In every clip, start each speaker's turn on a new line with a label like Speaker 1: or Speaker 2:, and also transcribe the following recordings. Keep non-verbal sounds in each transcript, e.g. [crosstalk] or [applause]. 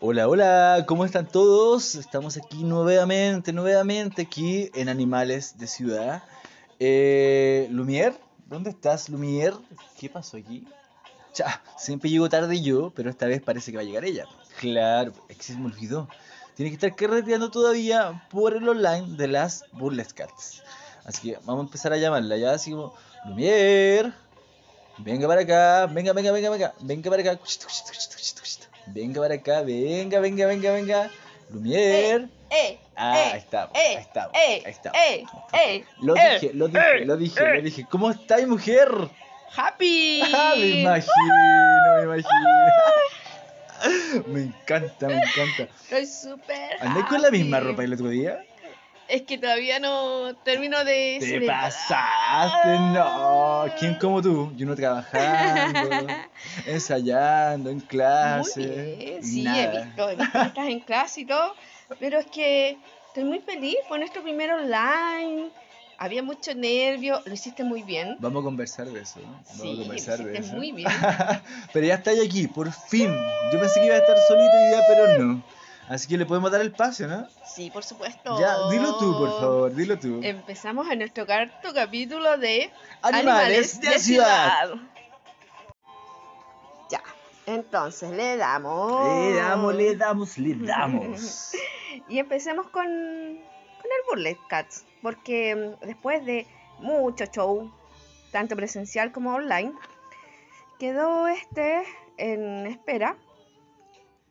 Speaker 1: Hola, hola, ¿cómo están todos? Estamos aquí nuevamente, nuevamente aquí en Animales de Ciudad. Eh, Lumier, ¿dónde estás, Lumier? ¿Qué pasó aquí? Cha, siempre llego tarde yo, pero esta vez parece que va a llegar ella. Claro, es que se me olvidó. Tiene que estar carreteando todavía por el online de las Burlescats. Así que vamos a empezar a llamarla ya, así como, Lumier, venga para acá, venga, venga, venga, venga, venga para acá. Venga para acá, venga, venga, venga, venga. Lumier.
Speaker 2: ¡Eh!
Speaker 1: Ah,
Speaker 2: eh,
Speaker 1: ahí estamos,
Speaker 2: eh,
Speaker 1: ahí estamos,
Speaker 2: ¡Eh!
Speaker 1: ahí estamos.
Speaker 2: ¡Eh! ¡Eh!
Speaker 1: Lo
Speaker 2: eh,
Speaker 1: dije, lo dije,
Speaker 2: eh,
Speaker 1: lo dije,
Speaker 2: eh.
Speaker 1: lo dije. ¿Cómo estáis, mujer?
Speaker 2: ¡Happy!
Speaker 1: Ah, me imagino, me imagino. Me encanta, me encanta.
Speaker 2: Estoy súper.
Speaker 1: ¿Andé con la misma
Speaker 2: happy.
Speaker 1: ropa el otro día?
Speaker 2: Es que todavía no termino de.
Speaker 1: Te
Speaker 2: celebrar.
Speaker 1: pasaste, no.
Speaker 2: Ah.
Speaker 1: ¿Quién como tú? Yo no trabajando,
Speaker 2: [laughs]
Speaker 1: ensayando en clase.
Speaker 2: Muy bien, sí, he
Speaker 1: nada.
Speaker 2: visto, he visto que estás en clase y todo, pero es que estoy muy feliz por nuestro primer online. Había mucho nervio, lo hiciste muy bien.
Speaker 1: Vamos a conversar de eso. ¿no? Vamos
Speaker 2: Sí,
Speaker 1: a conversar
Speaker 2: lo
Speaker 1: de
Speaker 2: hiciste
Speaker 1: eso.
Speaker 2: muy bien.
Speaker 1: [laughs] pero ya estáis aquí, por fin. Yo pensé que iba a estar solito hoy día, pero no. Así que le podemos dar el pase, ¿no?
Speaker 2: Sí, por supuesto.
Speaker 1: Ya, dilo tú, por favor, dilo tú.
Speaker 2: Em, Empezamos a nuestro cuarto capítulo de
Speaker 1: Animales, de, ciudad.
Speaker 2: Ya, entonces le damos.
Speaker 1: Le damos,
Speaker 2: Oh.
Speaker 1: le damos, le
Speaker 2: [laughs]
Speaker 1: damos.
Speaker 2: Y empecemos con, con el Burlet Cats, porque mm, después de mucho show, tanto presencial como online, quedó este en espera.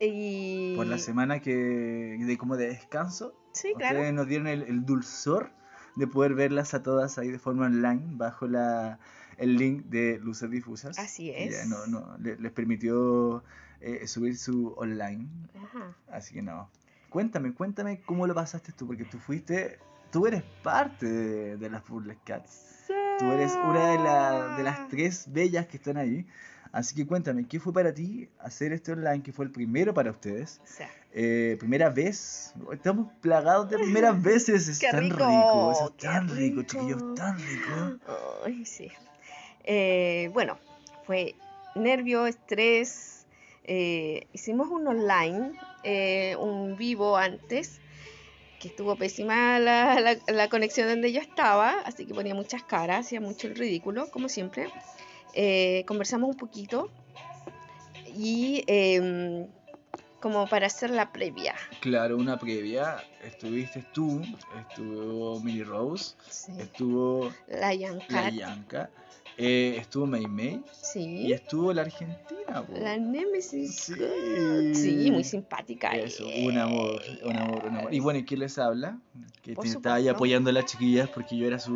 Speaker 2: Y...
Speaker 1: Por la semana que de como de descanso,
Speaker 2: Sí, claro.
Speaker 1: ustedes nos dieron el, el dulzor de poder verlas a todas ahí de forma online bajo la, el link de Luces Difusas.
Speaker 2: Así
Speaker 1: que ya
Speaker 2: es.
Speaker 1: no, no, le- les permitió eh, subir su online
Speaker 2: Ajá.
Speaker 1: Así que no. Cuéntame, cuéntame cómo lo pasaste tú, porque tú fuiste, tú eres parte de, de las Burlesque Cats. Tú eres una de, la- de
Speaker 2: Ah.
Speaker 1: las tres bellas que están ahí. Así que cuéntame, ¿qué fue para ti hacer este online, que fue el primero para ustedes?
Speaker 2: O sea,
Speaker 1: Eh, primera vez, estamos plagados de
Speaker 2: [laughs]
Speaker 1: primeras veces, es
Speaker 2: Qué
Speaker 1: tan rico,
Speaker 2: rico,
Speaker 1: eso es
Speaker 2: qué
Speaker 1: tan rico,
Speaker 2: rico.
Speaker 1: chiquillos, es tan rico.
Speaker 2: Ay, sí. Eh, bueno, fue nervio, estrés. eh, hicimos un online, eh, un vivo antes, que estuvo pésima la, la- la conexión donde yo estaba, así que ponía muchas caras, hacía mucho el ridículo, como siempre. Eh, conversamos un poquito y em, como para hacer la previa.
Speaker 1: Claro, una previa, estuviste tú, estuvo Minnie Rose,
Speaker 2: Sí.
Speaker 1: estuvo
Speaker 2: La Young
Speaker 1: la
Speaker 2: Cat,
Speaker 1: Yanka, eh, estuvo Mei Mei y
Speaker 2: sí.
Speaker 1: estuvo la Argentina. po.
Speaker 2: La Nemesis.
Speaker 1: Sí.
Speaker 2: Cat, Sí, muy simpática. eh.
Speaker 1: Eso,
Speaker 2: ella.
Speaker 1: un amor, un amor, un amor. Y bueno, ¿y quién les habla? Que
Speaker 2: Por
Speaker 1: te estaba ahí
Speaker 2: supuesto.
Speaker 1: apoyando a las chiquillas porque yo era su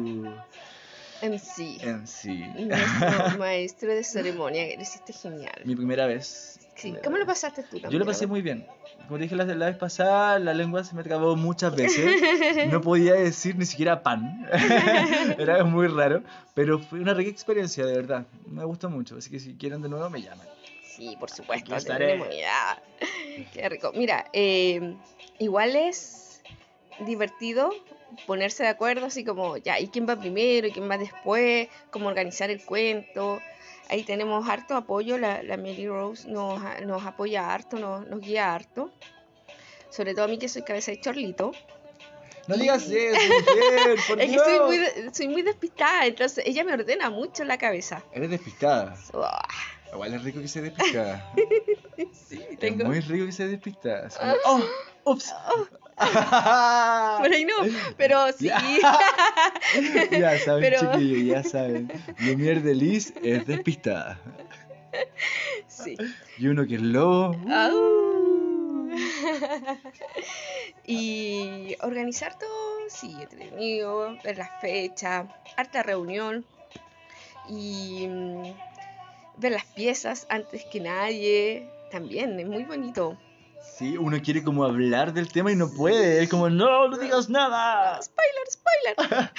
Speaker 2: En sí.
Speaker 1: MC. [laughs]
Speaker 2: Nuestro maestro de ceremonia, que lo hiciste genial.
Speaker 1: Mi primera vez.
Speaker 2: Sí,
Speaker 1: Primera
Speaker 2: ¿Cómo lo
Speaker 1: vez.
Speaker 2: pasaste tú?
Speaker 1: Yo lo
Speaker 2: Camila?
Speaker 1: pasé muy bien. Como te dije la, la vez pasada, la lengua se me trabó muchas veces.
Speaker 2: [laughs]
Speaker 1: No podía decir ni siquiera pan. [laughs] Era muy raro. Pero fue una rica experiencia, de verdad. Me gustó mucho. Así que si quieren de nuevo, me llaman.
Speaker 2: Sí, por supuesto,
Speaker 1: Aquí
Speaker 2: de
Speaker 1: estaré.
Speaker 2: ceremonia. [laughs] Qué rico. Mira, eh, igual es divertido ponerse de acuerdo, así como, ya, ¿y quién va primero? ¿Y quién va después? ¿Cómo organizar el cuento? Ahí tenemos harto apoyo, la, la Mary Rose nos, nos apoya harto, nos, nos guía harto. Sobre todo a mí que soy cabeza de chorlito.
Speaker 1: No digas eso, mujer, por
Speaker 2: [laughs] Es que
Speaker 1: Dios.
Speaker 2: soy muy, de- soy muy despistada, entonces ella me ordena mucho la cabeza.
Speaker 1: Eres despistada.
Speaker 2: Uah,
Speaker 1: Ah. Igual es rico que sea despistada.
Speaker 2: [laughs] sí,
Speaker 1: Es
Speaker 2: tengo... Ah.
Speaker 1: muy rico que sea despistada. Es como, ¡Oh! ¡Ups!
Speaker 2: Por ahí no, pero sí.
Speaker 1: [laughs] ya saben,
Speaker 2: Pero-
Speaker 1: chiquillos, ya saben. Lumier de Liz es despistada.
Speaker 2: [laughs] sí.
Speaker 1: Y uno que es lobo.
Speaker 2: Au. y organizar todo, sí, entretenido, ver las fechas, harta reunión y mm, ver las piezas antes que nadie. También es muy bonito.
Speaker 1: Sí, uno quiere como hablar del tema y no puede. Es como, no, no digas nada.
Speaker 2: Spoiler, spoiler.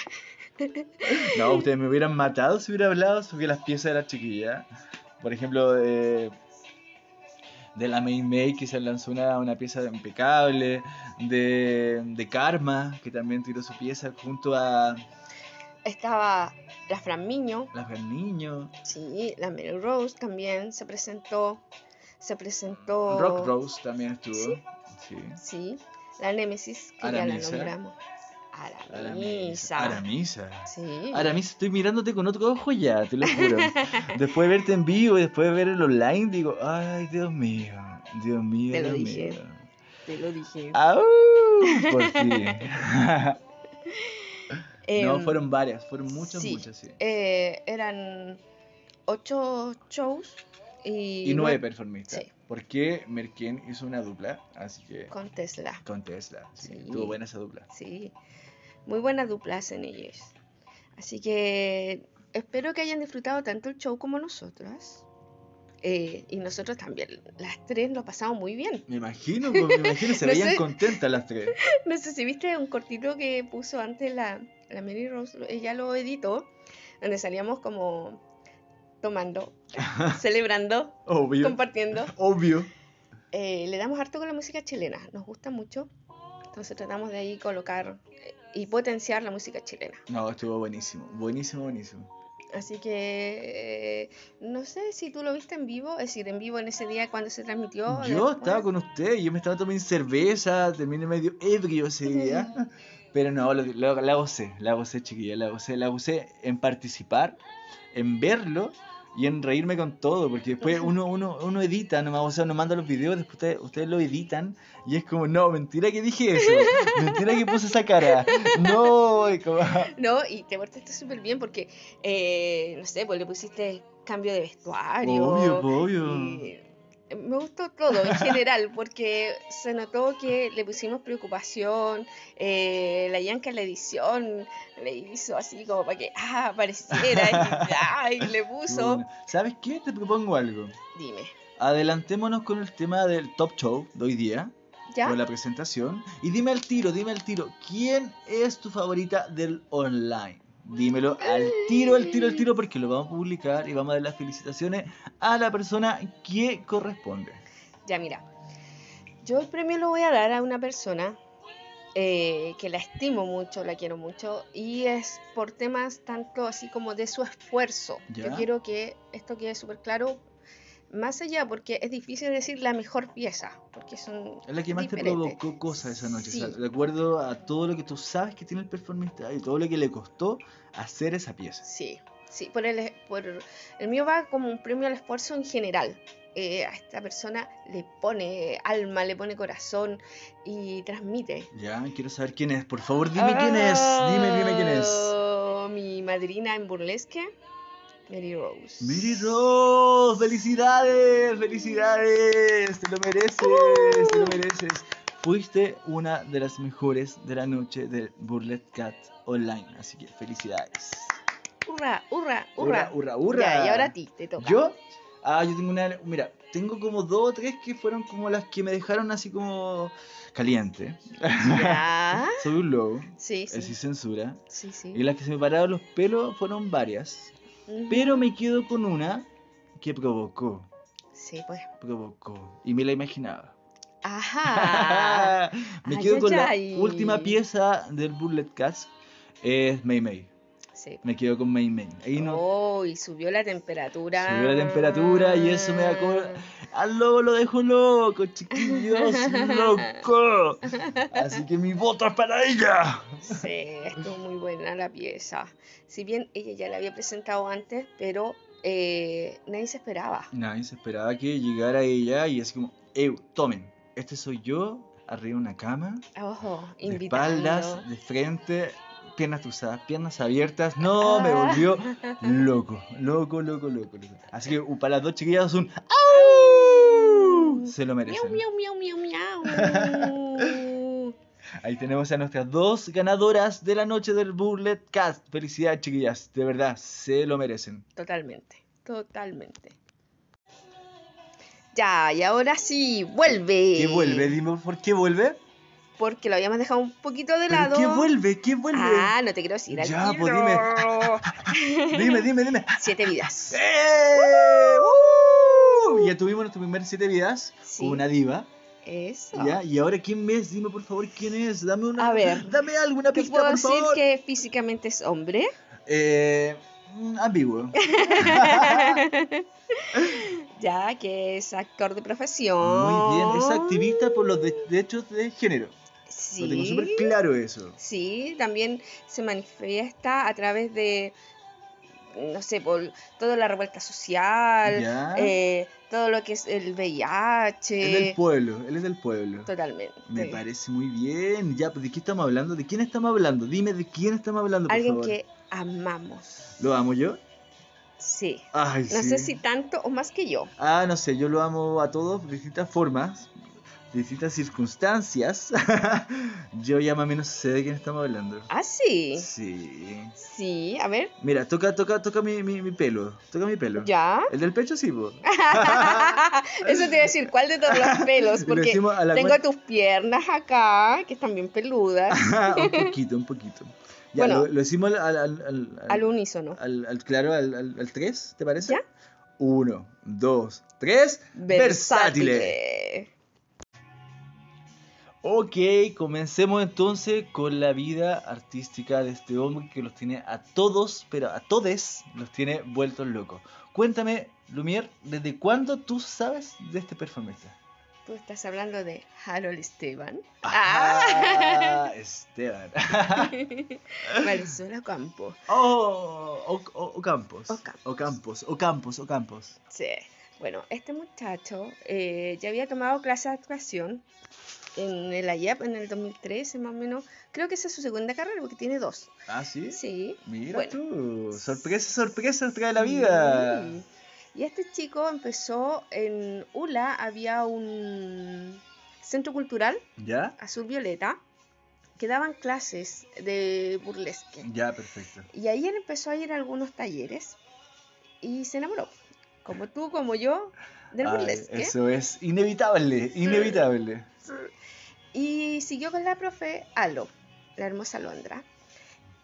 Speaker 1: [laughs] No, ustedes me hubieran matado si hubiera hablado sobre las piezas de la chiquilla. Por ejemplo, de, de la Main May, que se lanzó una, una pieza impecable. De, de Karma, que también tiró su pieza junto a
Speaker 2: Estaba la Fran Miño,
Speaker 1: las Niño.
Speaker 2: sí, la Mary Rose también se presentó. se presentó...
Speaker 1: Rock Rose también estuvo.
Speaker 2: Oh. Sí.
Speaker 1: Sí.
Speaker 2: Sí, la Némesis, que
Speaker 1: Aramisa.
Speaker 2: ya la nombramos. Aramisa.
Speaker 1: Aramisa.
Speaker 2: Sí. [laughs]
Speaker 1: Aramis, estoy mirándote con otro ojo ya, te lo juro. Después de verte en vivo y después de ver el online, digo, ay, Dios mío, Dios mío.
Speaker 2: Te lo
Speaker 1: Dios
Speaker 2: dije.
Speaker 1: mío".
Speaker 2: Te lo dije.
Speaker 1: ¡Au!
Speaker 2: [laughs]
Speaker 1: Por fin. no,
Speaker 2: Em,
Speaker 1: fueron varias, fueron muchas,
Speaker 2: sí.
Speaker 1: muchas, sí.
Speaker 2: eh, eran ocho shows y,
Speaker 1: Y nueve
Speaker 2: nue-
Speaker 1: performistas.
Speaker 2: sí.
Speaker 1: Porque Merkin hizo una dupla, así que
Speaker 2: con Tesla.
Speaker 1: con Tesla. Sí,
Speaker 2: Sí.
Speaker 1: Estuvo buena esa dupla.
Speaker 2: Sí, muy buenas duplas en ellos. Así que espero que hayan disfrutado tanto el show como nosotras. Eh, y nosotros también, las tres lo pasamos muy bien. [laughs]
Speaker 1: Me imagino, pues, me imagino, se
Speaker 2: No
Speaker 1: veían
Speaker 2: sé.
Speaker 1: contentas las tres.
Speaker 2: No sé si viste un cortito que puso antes la, la Mary Rose, lo- ella lo editó, donde salíamos como
Speaker 1: [laughs]
Speaker 2: tomando, celebrando,
Speaker 1: Obvio.
Speaker 2: compartiendo.
Speaker 1: Obvio.
Speaker 2: Eh, le damos harto con la música chilena, nos gusta mucho. Entonces tratamos de ahí colocar eh, y potenciar la música chilena.
Speaker 1: No, estuvo buenísimo. Buenísimo, buenísimo.
Speaker 2: Así que eh, no sé si tú lo viste en vivo, es decir, en vivo en ese día cuando se transmitió.
Speaker 1: yo
Speaker 2: después.
Speaker 1: estaba con usted, yo me estaba tomando cerveza, terminé medio ebrio ese día. Pero no, lo- lo- la gocé, la gocé, chiquilla, la gocé, la gocé en participar, en verlo y en reírme con todo, porque después uno, uno, uno edita, nomás, o sea, uno manda los videos, después ustedes, ustedes lo editan y es como, no, mentira que dije
Speaker 2: [laughs]
Speaker 1: eso, mentira que puse esa cara, no, y como,
Speaker 2: No, y te portaste súper bien porque, eh, no sé, pues le pusiste cambio de vestuario.
Speaker 1: obvio, po, obvio.
Speaker 2: y me gustó todo en general porque se notó que le pusimos preocupación, eh, la Yanka en la edición le hizo así como para que ah, apareciera y, ah, y le puso.
Speaker 1: Bueno, ¿Sabes qué? Te propongo algo.
Speaker 2: Dime,
Speaker 1: Adelantémonos con el tema del top show de hoy día,
Speaker 2: ¿ya?
Speaker 1: con la presentación. Y dime al tiro, dime al tiro, ¿quién es tu favorita del online? Dímelo al tiro, al tiro, al tiro, porque lo vamos a publicar y vamos a dar las felicitaciones a la persona que corresponde.
Speaker 2: Ya, mira. Yo el premio lo voy a dar a una persona eh, que la estimo mucho, la quiero mucho, y es por temas tanto así como de su esfuerzo.
Speaker 1: Ya.
Speaker 2: Yo quiero que esto quede súper claro, más allá, porque es difícil decir la mejor pieza, porque son...
Speaker 1: Es la que más te
Speaker 2: diferentes.
Speaker 1: provocó cosas esa noche.
Speaker 2: Sí.
Speaker 1: o sea, de acuerdo a todo lo que tú sabes que tiene el performista y todo lo que le costó hacer esa pieza.
Speaker 2: Sí, sí, por el, por, el mío va como un premio al esfuerzo en general. Eh, a esta persona le pone alma, le pone corazón y transmite.
Speaker 1: Ya, quiero saber quién es. Por favor, dime quién es. Dime, dime quién es.
Speaker 2: Oh, Mi madrina en burlesque, Mary Rose.
Speaker 1: Mary Rose, felicidades, felicidades, te lo mereces, te lo mereces. Fuiste una de las mejores de la noche del Burlet Cat Online, así que felicidades.
Speaker 2: Hurra, hurra, hurra.
Speaker 1: Hurra, hurra, hurra.
Speaker 2: Ya, y ahora a ti, te toca.
Speaker 1: ¿Yo? Ah, yo tengo una, mira, tengo como dos o tres que fueron como las que me dejaron así como caliente. [laughs]
Speaker 2: Ya.
Speaker 1: Soy un lobo,
Speaker 2: Sí,
Speaker 1: es sin
Speaker 2: sí.
Speaker 1: censura.
Speaker 2: Sí,
Speaker 1: Y
Speaker 2: sí.
Speaker 1: las que se me pararon los pelos fueron varias,
Speaker 2: Ujú.
Speaker 1: pero me quedo con una que provocó.
Speaker 2: Sí,
Speaker 1: [laughs]
Speaker 2: pues.
Speaker 1: provocó y me la imaginaba.
Speaker 2: Ajá.
Speaker 1: [laughs] me
Speaker 2: Ah. Ay,
Speaker 1: quedo
Speaker 2: ay,
Speaker 1: con la
Speaker 2: ay.
Speaker 1: última pieza del Bullet Cats, es May May.
Speaker 2: Sí.
Speaker 1: Me quedo con May May. Ahí no
Speaker 2: Oh, y subió la temperatura.
Speaker 1: Subió la temperatura y eso me da como- al lobo lo dejo loco,
Speaker 2: [laughs]
Speaker 1: chiquillos, loco. Así que mi voto es para ella.
Speaker 2: Sí, estuvo muy buena la pieza. Si bien ella ya la había presentado antes, pero eh, nadie se esperaba.
Speaker 1: Nadie se esperaba que llegara ella y así como, "Ew, tomen, este soy yo arriba de una cama."
Speaker 2: Ojo,
Speaker 1: De espaldas,
Speaker 2: invitando.
Speaker 1: de frente, piernas cruzadas, piernas abiertas. No, me
Speaker 2: Ah.
Speaker 1: volvió loco, loco, loco, loco. loco. Así que uh, para las dos chiquillas un ¡Au! Se lo
Speaker 2: Uh. Miau,
Speaker 1: merecen.
Speaker 2: miau, miau, miau, miau.
Speaker 1: Ahí tenemos a nuestras dos ganadoras de la noche del Bullet Cast. Felicidades, chiquillas. De verdad, se lo merecen.
Speaker 2: [laughs] Totalmente, totalmente. Ya, y ahora sí, vuelve.
Speaker 1: ¿Qué vuelve? Dime, ¿por qué vuelve?
Speaker 2: Porque lo habíamos dejado un poquito de
Speaker 1: ¿Pero
Speaker 2: lado.
Speaker 1: ¿Qué vuelve? ¿Qué vuelve?
Speaker 2: Ah, no te quiero decir. al
Speaker 1: Ya, pues,
Speaker 2: tiro.
Speaker 1: Dime, dime, dime.
Speaker 2: [laughs] Siete vidas.
Speaker 1: ¡Eh! ¡Uh! Ya tuvimos nuestro primer siete vidas.
Speaker 2: Sí.
Speaker 1: Una diva.
Speaker 2: Eso.
Speaker 1: Ya, y ahora quién es, dime por favor quién es, dame una
Speaker 2: Ah. A ver.
Speaker 1: dame alguna
Speaker 2: Te
Speaker 1: pista,
Speaker 2: puedo
Speaker 1: por
Speaker 2: decir
Speaker 1: favor.
Speaker 2: que físicamente es hombre.
Speaker 1: Eh, mm, ambiguo.
Speaker 2: ya, que es actor de profesión.
Speaker 1: Muy bien, es activista por los de- derechos de género. Lo tengo súper
Speaker 2: Sí,
Speaker 1: claro eso.
Speaker 2: sí, también se manifiesta a través de, no sé, por toda la revuelta social,
Speaker 1: Ya.
Speaker 2: eh, todo lo que es el
Speaker 1: Él es del
Speaker 2: VIH.
Speaker 1: pueblo, él es del pueblo.
Speaker 2: Totalmente.
Speaker 1: Me parece muy bien. Ya, pero ¿de qué estamos hablando? ¿De quién estamos hablando? Dime de quién estamos hablando, por
Speaker 2: Alguien
Speaker 1: favor.
Speaker 2: que amamos.
Speaker 1: ¿Lo amo yo?
Speaker 2: Sí.
Speaker 1: Ay,
Speaker 2: No
Speaker 1: sí.
Speaker 2: sé si tanto o más que yo.
Speaker 1: Ah, no sé, yo lo amo a todos de distintas formas, de distintas circunstancias. [laughs] yo ya más o menos sé de quién estamos hablando.
Speaker 2: Ah, sí.
Speaker 1: Sí.
Speaker 2: Sí, a ver.
Speaker 1: Mira, toca, toca, toca mi, mi, mi pelo. Toca mi pelo.
Speaker 2: ¿Ya?
Speaker 1: El del pecho sí,
Speaker 2: [laughs]
Speaker 1: po.
Speaker 2: Eso te iba a decir, ¿cuál de
Speaker 1: [laughs]
Speaker 2: todos los pelos?
Speaker 1: Lo
Speaker 2: Porque
Speaker 1: hicimos a la
Speaker 2: tengo
Speaker 1: cuenta-
Speaker 2: tus piernas acá, que están bien
Speaker 1: [laughs]
Speaker 2: peludas,
Speaker 1: [laughs] un poquito, un poquito. Ya,
Speaker 2: Bueno.
Speaker 1: lo, lo hicimos al, al, al, al-
Speaker 2: al unísono.
Speaker 1: al- al- claro, al, al, 3, ¿te parece?
Speaker 2: ¿Ya?
Speaker 1: Uno, dos, tres. Versátiles.
Speaker 2: Versátiles.
Speaker 1: Ok, comencemos entonces con la vida artística de este hombre que los tiene a todos, pero a todes, los tiene vueltos locos. Cuéntame, Lumier, ¿desde cuándo tú sabes de este performista?
Speaker 2: Tú estás hablando de Harold Esteban,
Speaker 1: Ah, Esteban.
Speaker 2: Marisola Ah, Campo.
Speaker 1: [laughs] Oh, o, o, Ocampos.
Speaker 2: Ocampos.
Speaker 1: Ocampos, Ocampos, Ocampos.
Speaker 2: Sí. Bueno, este muchacho eh, ya había tomado clases de actuación en el AYAP en el 2013 más o menos. Creo que esa es su segunda carrera porque tiene dos.
Speaker 1: Ah, sí.
Speaker 2: Sí.
Speaker 1: Mira
Speaker 2: Bueno.
Speaker 1: tú. Sorpresa, sorpresa trae la vida.
Speaker 2: Sí. Y este chico empezó en ULA, había un centro cultural,
Speaker 1: ¿Ya?
Speaker 2: Azul Violeta, que daban clases de burlesque.
Speaker 1: Ya, perfecto.
Speaker 2: Y ahí él empezó a ir a algunos talleres y se enamoró, como tú, como yo, del
Speaker 1: Ay,
Speaker 2: burlesque.
Speaker 1: eso es inevitable, inevitable.
Speaker 2: Y siguió con la profe Alo, la hermosa Londra.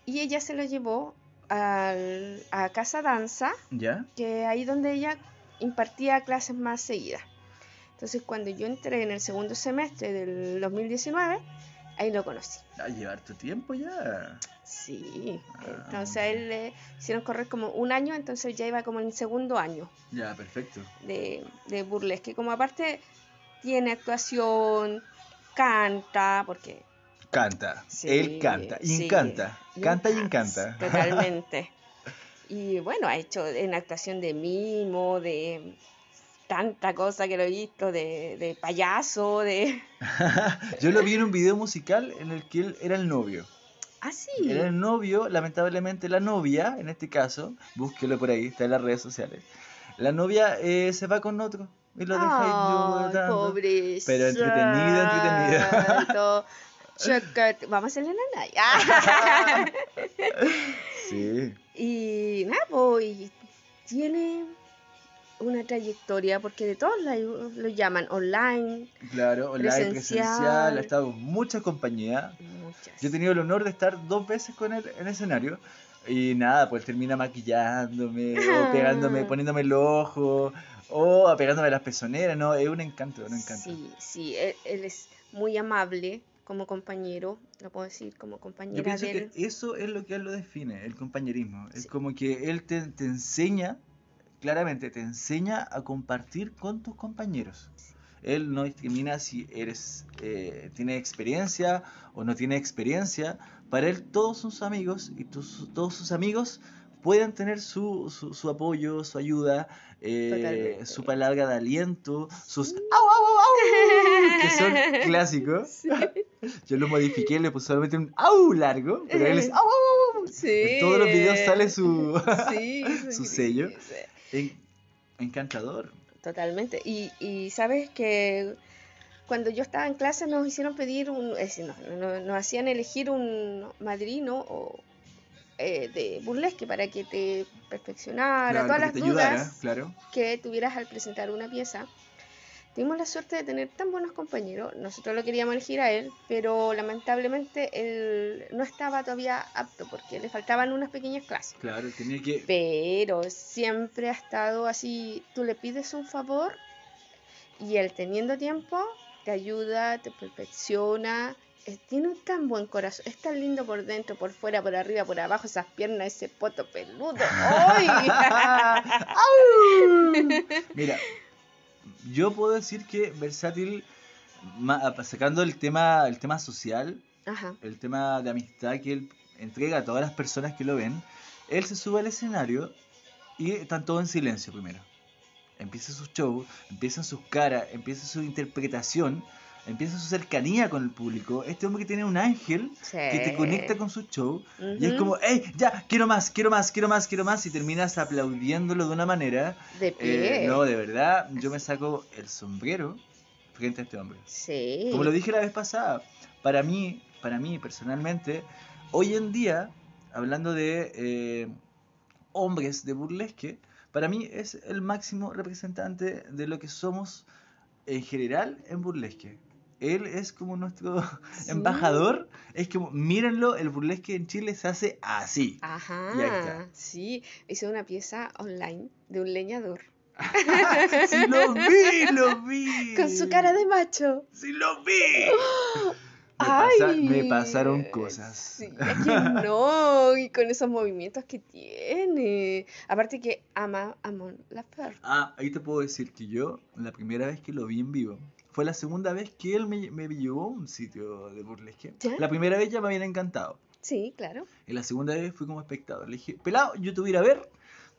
Speaker 2: Y ella se lo llevó al- a Casa Danza,
Speaker 1: ¿Ya?
Speaker 2: que ahí donde ella impartía clases más seguidas. Entonces, cuando yo entré en el segundo semestre del 2019, ahí lo conocí.
Speaker 1: A llevar tu tiempo ya.
Speaker 2: Sí,
Speaker 1: Ah.
Speaker 2: entonces a él le hicieron correr como un año, entonces ya iba como en segundo año
Speaker 1: Ya, perfecto.
Speaker 2: de, de burlesque. Como aparte tiene actuación, canta, porque
Speaker 1: Canta.
Speaker 2: Sí,
Speaker 1: Él canta. Y
Speaker 2: sí.
Speaker 1: encanta. Canta y encanta.
Speaker 2: [laughs]
Speaker 1: [laughs]
Speaker 2: Totalmente. Y bueno, ha hecho en actuación de mimo, de tanta cosa que lo he visto, de, de payaso, de...
Speaker 1: Yo lo vi en un video musical en el que él era el novio.
Speaker 2: Ah, sí.
Speaker 1: Era el novio, lamentablemente la novia, en este caso, búsquelo por ahí, está en las redes sociales. La novia eh, se va con otro y lo deja ahí
Speaker 2: Ay,
Speaker 1: llorando.
Speaker 2: pobre.
Speaker 1: Pero entretenido, entretenido.
Speaker 2: santo. [laughs] Chocat- Vamos a hacerle la nai. [laughs] Ah.
Speaker 1: Sí,
Speaker 2: Y nada, pues, y tiene una trayectoria, porque de todos lados lo llaman online.
Speaker 1: claro, online, presencial,
Speaker 2: Presencial.
Speaker 1: ha estado en muchas compañías.
Speaker 2: Muchas.
Speaker 1: Yo he tenido el honor de estar dos veces con él en escenario. Y nada, pues termina maquillándome, o pegándome,
Speaker 2: Ah.
Speaker 1: poniéndome el ojo, o apegándome las pezoneras, no, es un encanto, un encanto.
Speaker 2: Sí, sí, él, él es muy amable como compañero, lo puedo decir como
Speaker 1: Yo
Speaker 2: compañera
Speaker 1: pienso
Speaker 2: de
Speaker 1: que
Speaker 2: él.
Speaker 1: eso es lo que él lo define, el compañerismo. Es
Speaker 2: Sí.
Speaker 1: como que él te, te enseña, claramente te enseña a compartir con tus compañeros. Él no discrimina si eres, eh, tienes experiencia o no tiene experiencia. Para él todos son sus amigos y tus- todos sus amigos pueden tener su, su, su apoyo, su ayuda, eh,
Speaker 2: Totalmente.
Speaker 1: su palabra de aliento, sus au, au, au, au, que
Speaker 2: [laughs]
Speaker 1: son clásicos. Yo lo modifiqué, le puse solamente un au largo, pero él es
Speaker 2: [laughs]
Speaker 1: au, au, au, au. En todos los videos sale su.
Speaker 2: Sí, eso
Speaker 1: [laughs] su
Speaker 2: sí,
Speaker 1: sello.
Speaker 2: sí.
Speaker 1: En- Encantador.
Speaker 2: Totalmente. Y, y sabes que cuando yo estaba en clase nos hicieron pedir un, es decir, no, no- nos hacían elegir un madrino o, eh, de burlesque para que te perfeccionara,
Speaker 1: Claro,
Speaker 2: todas
Speaker 1: para
Speaker 2: las
Speaker 1: que te
Speaker 2: dudas.
Speaker 1: ayudara, claro.
Speaker 2: que tuvieras al presentar una pieza. Tuvimos la suerte de tener tan buenos compañeros. Nosotros lo queríamos elegir a él, pero lamentablemente él no estaba todavía apto porque le faltaban unas pequeñas clases.
Speaker 1: Claro, tenía que. [laughs]
Speaker 2: Pero siempre ha estado así, tú le pides un favor y él teniendo tiempo te ayuda, te perfecciona. Eh, Tiene un tan buen corazón, es tan lindo por dentro, por fuera, por arriba, por abajo, esas piernas,
Speaker 1: [laughs]
Speaker 2: ese poto peludo. ¡Ay!
Speaker 1: Mira, yo puedo decir que Versátil, ma- ah, sacando el tema, el tema social,
Speaker 2: Ajá.
Speaker 1: el tema de amistad que él entrega a todas las personas que lo ven, él se sube al escenario y están todos en silencio primero. Empieza su show, empiezan sus caras, empieza su interpretación, empieza su cercanía con el público. Este hombre que tiene un ángel
Speaker 2: Sí.
Speaker 1: que te conecta con su show y es
Speaker 2: Eh. Ujú.
Speaker 1: como, hey, ya, quiero más, quiero más, quiero más, quiero más y terminas aplaudiéndolo de una manera.
Speaker 2: De
Speaker 1: Eh,
Speaker 2: pie.
Speaker 1: no, de verdad, yo me saco el sombrero frente a este hombre.
Speaker 2: Sí.
Speaker 1: Como lo dije la vez pasada, para mí, para mí personalmente, hoy en día, hablando de eh, hombres de burlesque, para mí es el máximo representante de lo que somos en general en burlesque. Él es como nuestro
Speaker 2: Sí.
Speaker 1: embajador, es como, mírenlo, el burlesque en Chile se hace así. [laughs]
Speaker 2: Ajá.
Speaker 1: Y ahí está.
Speaker 2: Sí. Hice una pieza online de un leñador.
Speaker 1: ¡Sí lo vi, lo vi!
Speaker 2: Con su cara de macho.
Speaker 1: ¡Sí lo vi!
Speaker 2: [gasps]
Speaker 1: Me, pasa- me pasaron cosas.
Speaker 2: eh, Sí, es que no, y con esos movimientos que tiene. Aparte que ama a Mon Laferte.
Speaker 1: Ah, ahí te puedo decir que yo, la primera vez que lo vi en vivo, fue la segunda vez que él me, me llevó a un sitio de burlesque.
Speaker 2: ¿Ya?
Speaker 1: La primera vez ya me habían encantado.
Speaker 2: Sí, claro.
Speaker 1: Y la segunda vez fui como espectador. Le dije, pelado, yo te voy a ir a ver,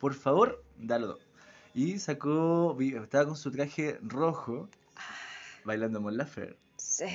Speaker 1: por favor, dalo todo". Y sacó, vi- estaba con su traje rojo, bailando Mon Laferte,
Speaker 2: Sí.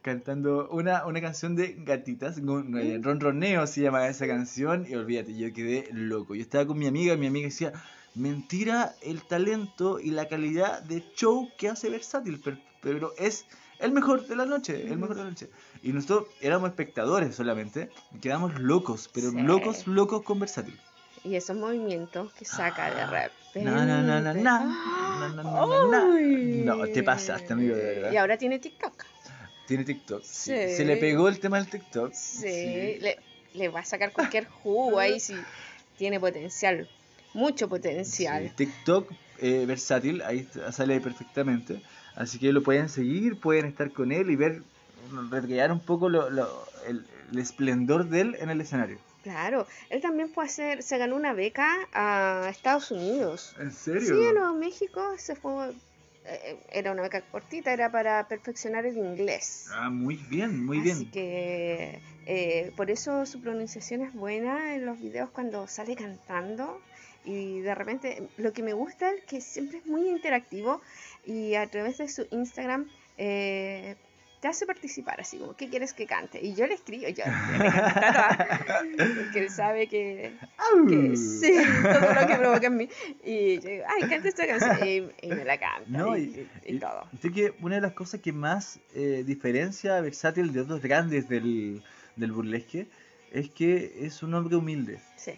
Speaker 1: cantando una, una canción de gatitas, con- eh,
Speaker 2: Mm.
Speaker 1: ronroneo se llama esa canción, y olvídate, yo quedé loco. Yo estaba con mi amiga, y mi amiga decía, mentira el talento y la calidad de show que hace Versátil, per- pero, es el mejor de la noche,
Speaker 2: Mm.
Speaker 1: el mejor de la noche. Y nosotros éramos espectadores solamente, y quedamos locos, pero
Speaker 2: Sí.
Speaker 1: locos, locos con Versátil.
Speaker 2: Y esos movimientos que saca de
Speaker 1: Ah,
Speaker 2: repente. Ah,
Speaker 1: Na, na, na, na, na, na, na, na, na.
Speaker 2: ¡Ay!
Speaker 1: No, te pasaste, amigo, de verdad.
Speaker 2: Y ahora tiene TikTok.
Speaker 1: Tiene TikTok. sí.
Speaker 2: Sí.
Speaker 1: Se le pegó el tema del TikTok.
Speaker 2: Sí, Le, le va a sacar cualquier jugo ahí si tiene potencial. Mucho
Speaker 1: Sí,
Speaker 2: potencial.
Speaker 1: TikTok eh, versátil, ahí está- sale perfectamente. Así que lo pueden seguir, pueden estar con él y ver, recrear un poco lo- lo- el, el esplendor de él en el escenario.
Speaker 2: Claro. Él también puede hacer, se ganó una beca a Estados Unidos.
Speaker 1: ¿En
Speaker 2: Sí,
Speaker 1: serio?
Speaker 2: a Nuevo México se fue. eh, Era una beca cortita, era para perfeccionar el inglés.
Speaker 1: Ah, muy bien, muy
Speaker 2: Así
Speaker 1: bien.
Speaker 2: que eh, por eso su pronunciación es buena en los videos cuando sale cantando y de repente lo que me gusta es que siempre es muy interactivo y a través de su Instagram eh, te hace participar así como ¿qué quieres que cante? Y yo le escribo, yo le canto toda, porque él sabe que,
Speaker 1: ¡Au!
Speaker 2: que sí, todo lo que provoca en mí y yo digo, ay, canta esta canción y, y me la canta
Speaker 1: No,
Speaker 2: y, y- y todo.
Speaker 1: Creo que una de las cosas que más eh, diferencia a Versátil de otros grandes del, del burlesque es que es un hombre humilde.
Speaker 2: Sí,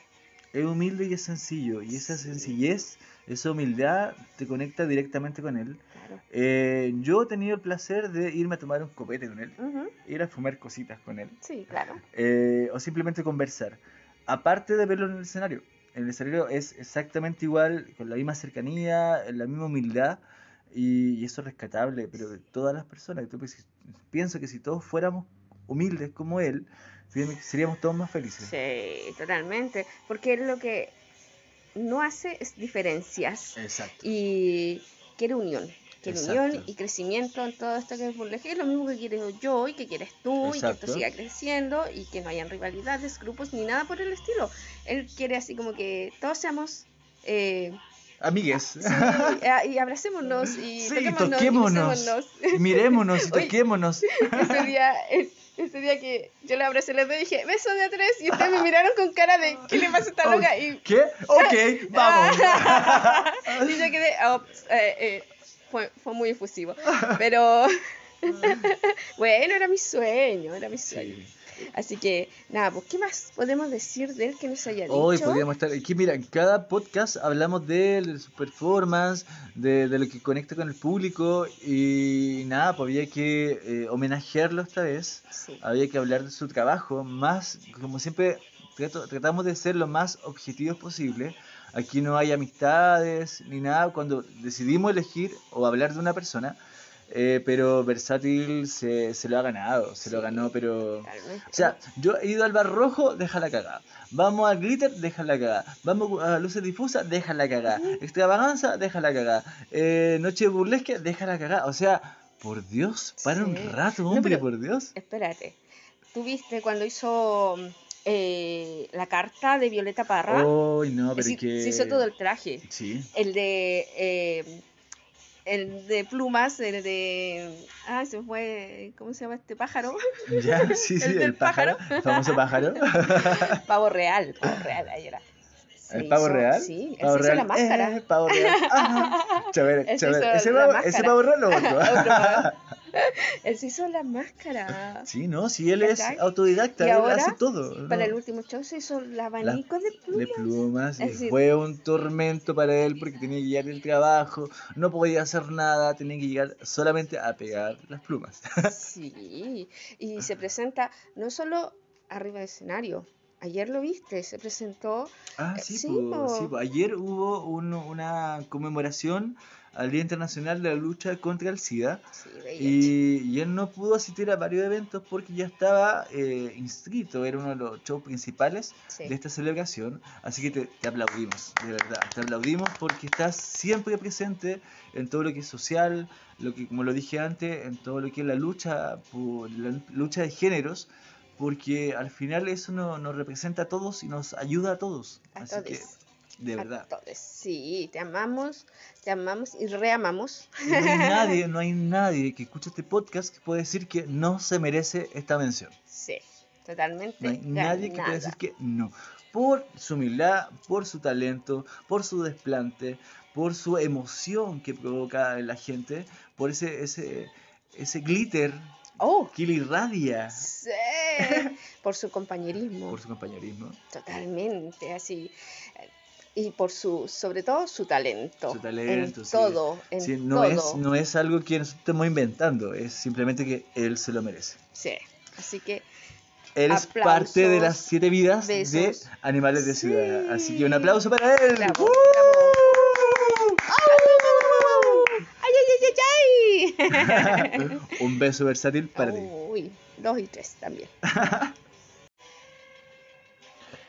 Speaker 1: Es humilde y es sencillo. Y esa
Speaker 2: Sí.
Speaker 1: sencillez, esa humildad te conecta directamente con él.
Speaker 2: claro.
Speaker 1: Eh, yo he tenido el placer de irme a tomar un copete con él,
Speaker 2: Ujú,
Speaker 1: ir a fumar cositas con él,
Speaker 2: Sí, claro.
Speaker 1: eh, o simplemente conversar. Aparte de verlo en el escenario. En el escenario es exactamente igual, con la misma cercanía, la misma humildad, y, y eso es rescatable, pero de todas las personas. Entonces, pienso que si todos fuéramos humildes como él, seríamos- seríamos todos más felices.
Speaker 2: Sí, totalmente. Porque él lo que no hace es diferencias
Speaker 1: Exacto.
Speaker 2: y quiere unión. Quiere
Speaker 1: Exacto.
Speaker 2: unión y crecimiento en todo esto que es burlesque. Es lo mismo que quiero yo y que quieres tú y que esto
Speaker 1: Exacto.
Speaker 2: siga creciendo y que no hayan rivalidades, grupos ni nada por el estilo. Él quiere así como que todos seamos...
Speaker 1: [laughs]
Speaker 2: eh,
Speaker 1: Amigues,
Speaker 2: sí, y, y abracémonos y
Speaker 1: Sí,
Speaker 2: toquémonos, y
Speaker 1: toquémonos.
Speaker 2: besémonos.
Speaker 1: miremonos y
Speaker 2: Oye.
Speaker 1: toquémonos.
Speaker 2: Ese día, e- ese día que yo le abracé los dedos y dije, beso de tres, y ustedes me miraron con cara de, ¿qué le pasa a esta loca? Y, Ah.
Speaker 1: ¿Qué?
Speaker 2: [laughs]
Speaker 1: Ok, vamos.
Speaker 2: y yo quedé, ah, ops, eh, eh, fue, fue muy efusivo. Pero, [laughs] bueno, era mi sueño, era mi sueño.
Speaker 1: Sí.
Speaker 2: Así que, nada, pues, ¿qué más podemos decir de él que nos haya dicho?
Speaker 1: Hoy podríamos estar. Aquí, mira, en cada podcast hablamos de él, de su performance, de, de lo que conecta con el público. Y nada, pues había que eh, homenajearlo esta vez.
Speaker 2: Sí,
Speaker 1: Había que hablar de su trabajo. Más, como siempre, trato- tratamos de ser lo más objetivos posible. Aquí no hay amistades ni nada. Cuando decidimos elegir o hablar de una persona, eh, pero Versátil se, se lo ha ganado, se lo
Speaker 2: Sí. Ah,
Speaker 1: ganó, pero...
Speaker 2: Totalmente.
Speaker 1: O sea, yo he ido al bar rojo, deja la cagada. Vamos al glitter, deja la cagada. Vamos a luces difusas, deja la cagada. Extravaganza, deja la cagada. Eh, noche burlesca, deja la cagada. O sea, por Dios, para un
Speaker 2: Sí.
Speaker 1: rato,
Speaker 2: No,
Speaker 1: hombre,
Speaker 2: pero-
Speaker 1: por Dios.
Speaker 2: Espérate. ¿Tú viste cuando hizo eh, la carta de Violeta Parra?
Speaker 1: Uy, no, Oh, pero
Speaker 2: se,
Speaker 1: es que...
Speaker 2: se hizo todo el traje.
Speaker 1: Sí.
Speaker 2: El de. eh, el de plumas, el de. Ah, se me fue. ¿Cómo se llama este pájaro? [laughs]
Speaker 1: Ya, sí, sí, el,
Speaker 2: del
Speaker 1: pájaro,
Speaker 2: pájaro.
Speaker 1: el famoso pájaro.
Speaker 2: Pavo real, pavo real, ahí era.
Speaker 1: [laughs]
Speaker 2: Se
Speaker 1: ¿El pavo
Speaker 2: hizo-
Speaker 1: real?
Speaker 2: Sí, él
Speaker 1: pavo
Speaker 2: se hizo
Speaker 1: real.
Speaker 2: la máscara.
Speaker 1: Eh, pavo real. Ajá. Chavere,
Speaker 2: Él se
Speaker 1: chavere.
Speaker 2: hizo
Speaker 1: Ese,
Speaker 2: la
Speaker 1: pavo,
Speaker 2: máscara.
Speaker 1: ese pavo
Speaker 2: [laughs]
Speaker 1: real lo
Speaker 2: [laughs] Otro
Speaker 1: otro.
Speaker 2: pavo.
Speaker 1: [laughs]
Speaker 2: Él se hizo la máscara.
Speaker 1: sí, no, sí, él es
Speaker 2: ¿Cachai?
Speaker 1: autodidacta,
Speaker 2: Y
Speaker 1: él
Speaker 2: ahora,
Speaker 1: hace todo. ¿no?
Speaker 2: Para el último show se hizo el abanico de
Speaker 1: de
Speaker 2: plumas.
Speaker 1: plumas y
Speaker 2: Es decir-
Speaker 1: fue un tormento para él porque tenía que llegar el trabajo, no podía hacer nada, tenía que llegar solamente a pegar las plumas.
Speaker 2: Sí, y se presenta no solo arriba del escenario. Ayer lo viste, se presentó.
Speaker 1: Ah,
Speaker 2: Eh,
Speaker 1: sí,
Speaker 2: sí,
Speaker 1: po, sí,
Speaker 2: po.
Speaker 1: po. ayer hubo un- una conmemoración al Día Internacional de la Lucha contra el SIDA.
Speaker 2: Sí, VIH.
Speaker 1: Y, y él no pudo asistir a varios eventos porque ya estaba eh, inscrito, era uno de los shows principales
Speaker 2: Sí.
Speaker 1: de esta celebración. Así que te, te aplaudimos, de verdad, te aplaudimos porque estás siempre presente en todo lo que es social, lo que, como lo dije antes, en todo lo que es la lucha, por, la lucha de géneros, porque al final eso no- nos representa a todos y nos ayuda a todos.
Speaker 2: A
Speaker 1: Así que,
Speaker 2: todes.
Speaker 1: de
Speaker 2: A
Speaker 1: verdad.
Speaker 2: todos. Sí, te amamos, te amamos y reamamos.
Speaker 1: Y No hay
Speaker 2: [laughs]
Speaker 1: nadie, no hay nadie que escuche este podcast que pueda decir que no se merece esta mención.
Speaker 2: Sí, totalmente. [laughs]
Speaker 1: No hay nadie que pueda
Speaker 2: ganada.
Speaker 1: decir que no. Por su humildad, por su talento, por su desplante, por su emoción que provoca en la gente, por ese, ese, ese glitter
Speaker 2: Oh,
Speaker 1: que le irradia
Speaker 2: sí. Por su compañerismo.
Speaker 1: por su compañerismo,
Speaker 2: Totalmente, así. eh, Y por su, sobre todo, su talento.
Speaker 1: Su talento,
Speaker 2: En
Speaker 1: sí.
Speaker 2: todo, en
Speaker 1: Sí, no,
Speaker 2: todo.
Speaker 1: es, no es algo que nosotros estemos inventando, es simplemente que él se lo merece.
Speaker 2: Sí. Así que,
Speaker 1: Él es
Speaker 2: Aplausos,
Speaker 1: parte de las siete vidas de
Speaker 2: besos.
Speaker 1: animales de
Speaker 2: Sí.
Speaker 1: ciudad. Así que un aplauso para él.
Speaker 2: Bravo,
Speaker 1: ¡Uh!
Speaker 2: ¡ay, ay, ay,
Speaker 1: [laughs]
Speaker 2: ay!
Speaker 1: ¡Uh! un beso versátil para ti.
Speaker 2: ay! Uy, dos y tres también.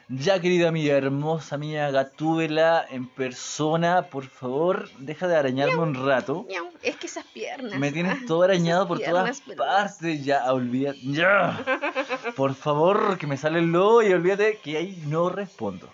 Speaker 1: Ya, querida mía, hermosa mía, gatúbela en persona, por favor, deja de arañarme un rato.
Speaker 2: Miau, Es que esas piernas.
Speaker 1: Me
Speaker 2: ah, [laughs]
Speaker 1: tienes todo arañado
Speaker 2: esas
Speaker 1: por todas
Speaker 2: piernas peludas.
Speaker 1: partes, ya, olvida. Ya. Por favor, que me sale el lobo y olvídate que ahí no respondo.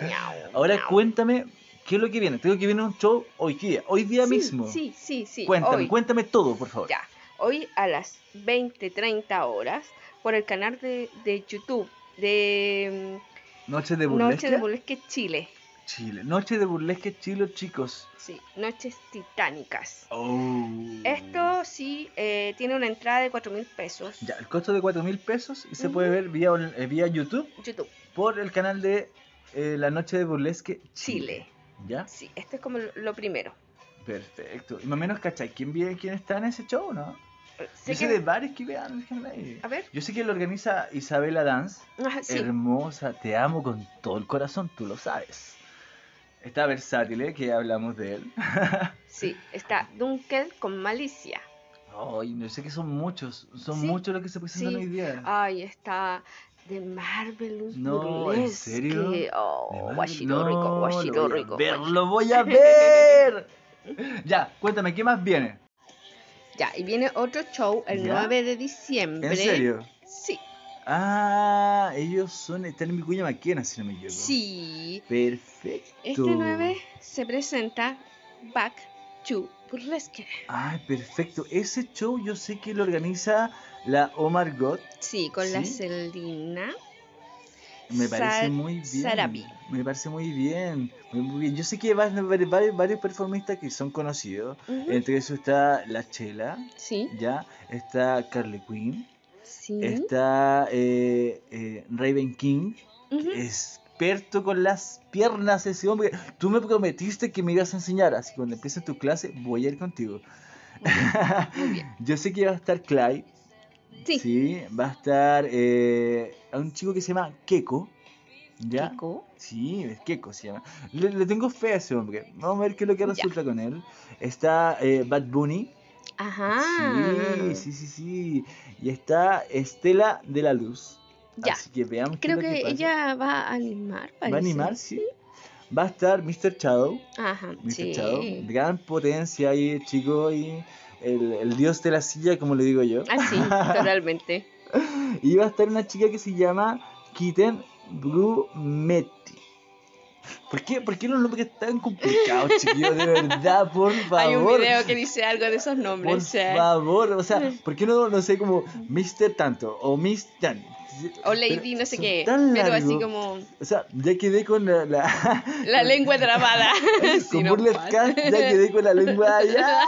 Speaker 2: Miau,
Speaker 1: Ahora
Speaker 2: miau.
Speaker 1: cuéntame, ¿qué es lo que viene? Tengo que viene un show hoy día, hoy día
Speaker 2: Sí,
Speaker 1: mismo.
Speaker 2: Sí, sí, sí.
Speaker 1: cuéntame,
Speaker 2: hoy.
Speaker 1: cuéntame todo, por favor.
Speaker 2: Ya, hoy a las 20.30 horas por el canal de, de YouTube de
Speaker 1: Noche de
Speaker 2: mm, Noche
Speaker 1: burlesque.
Speaker 2: de Burlesque Chile.
Speaker 1: Chile. Noche de burlesque chilo, chicos.
Speaker 2: Sí, Noches Titánicas.
Speaker 1: Oh.
Speaker 2: Esto sí eh, tiene una entrada de 4 mil pesos.
Speaker 1: Ya, el costo de 4 mil pesos y se
Speaker 2: Ujú.
Speaker 1: puede ver vía, on- eh, vía YouTube
Speaker 2: YouTube,
Speaker 1: por el canal de eh, La Noche de Burlesque Chile.
Speaker 2: Chile.
Speaker 1: ¿Ya?
Speaker 2: Sí, esto es como lo- lo primero.
Speaker 1: Perfecto. Y más o menos, ¿cachai? ¿Quién, viene, quién está en ese show, no?
Speaker 2: Sé
Speaker 1: Yo sé
Speaker 2: que-
Speaker 1: de varios que vean el canal ahí.
Speaker 2: A ver,
Speaker 1: Yo sé que lo organiza Isabela Dance.
Speaker 2: ah, sí,
Speaker 1: Hermosa, te amo con todo el corazón, tú lo sabes. Está versátil, ¿eh? Que ya hablamos de él.
Speaker 2: sí, está Dunkel con malicia.
Speaker 1: Ay, no sé que son muchos, son
Speaker 2: Sí,
Speaker 1: muchos los que se presentan
Speaker 2: sí.
Speaker 1: hoy día.
Speaker 2: Ay, está de Marvelous
Speaker 1: No, ¿en
Speaker 2: Burlesque.
Speaker 1: serio? De
Speaker 2: Oh,
Speaker 1: Marvel.
Speaker 2: guachito
Speaker 1: No,
Speaker 2: rico, guachito
Speaker 1: lo voy a
Speaker 2: rico.
Speaker 1: ver,
Speaker 2: guachito.
Speaker 1: lo voy a
Speaker 2: [laughs]
Speaker 1: ver. ya, cuéntame, ¿qué más viene?
Speaker 2: Ya, y viene otro show el
Speaker 1: ¿Ya?
Speaker 2: 9 de
Speaker 1: ¿En
Speaker 2: diciembre.
Speaker 1: serio?
Speaker 2: Sí,
Speaker 1: Ah, ellos son, están en mi cuña maquena, si no me equivoco.
Speaker 2: sí.
Speaker 1: Perfecto.
Speaker 2: Este 9 se presenta Back to Burlesque.
Speaker 1: Ay, perfecto. Ese show yo sé que lo organiza la Omar God.
Speaker 2: Sí, con la
Speaker 1: Sí.
Speaker 2: Celina.
Speaker 1: Me parece
Speaker 2: Sar-
Speaker 1: muy bien.
Speaker 2: Sarabi.
Speaker 1: Me parece muy bien. muy, muy bien. Yo sé que van a haber varios, varios performistas que son conocidos.
Speaker 2: Ujú.
Speaker 1: Entre eso está La Chela,
Speaker 2: Sí,
Speaker 1: ya, está Carly Quinn,
Speaker 2: sí.
Speaker 1: Este está eh, eh, Raven King,
Speaker 2: Ujú.
Speaker 1: experto con las piernas ese hombre. Tú me prometiste que me ibas a enseñar, así que cuando empiece tu clase voy a ir contigo. Yo sé que va a estar Clyde,
Speaker 2: Sí.
Speaker 1: va a estar eh, a un chico que se llama Keko, ¿ya?
Speaker 2: Kiko.
Speaker 1: Sí, es Keko se llama. Le, le tengo fe a ese hombre. Vamos a ver qué es lo que
Speaker 2: Ya.
Speaker 1: resulta con él. Está eh, Bad Bunny,
Speaker 2: Ajá.
Speaker 1: Sí, sí, sí, sí. Y está Estela de la Luz.
Speaker 2: Ya.
Speaker 1: Así que veamos qué es
Speaker 2: Creo
Speaker 1: lo
Speaker 2: que,
Speaker 1: pasa.
Speaker 2: ella va a animar, parece.
Speaker 1: va a animar, sí. Va a estar Mr. Shadow.
Speaker 2: Ajá,
Speaker 1: Mr.
Speaker 2: sí.
Speaker 1: Shadow. Gran potencia ahí, chico. Y el, el dios de la silla, como le digo yo. [laughs]
Speaker 2: Así, Ah, totalmente.
Speaker 1: Y va a estar una chica que se llama Kitten Brumetti. ¿Por qué, ¿Por qué los nombres tan complicados, chiquillos? De verdad, por favor.
Speaker 2: [laughs] Hay un video que dice algo de esos
Speaker 1: Por
Speaker 2: nombres. o sea,
Speaker 1: favor, o
Speaker 2: [laughs]
Speaker 1: sea, ¿por qué no, no sé, como Mr. Tanto o Miss Tan?
Speaker 2: o Lady,
Speaker 1: Pero
Speaker 2: no sé
Speaker 1: son
Speaker 2: qué.
Speaker 1: tan
Speaker 2: Pero así
Speaker 1: largos.
Speaker 2: como
Speaker 1: O sea, ya quedé con la... la- [laughs]
Speaker 2: la lengua trabada. Si [laughs]
Speaker 1: con
Speaker 2: no
Speaker 1: Burles
Speaker 2: pasa.
Speaker 1: Cat ya
Speaker 2: [laughs]
Speaker 1: quedé con la lengua allá.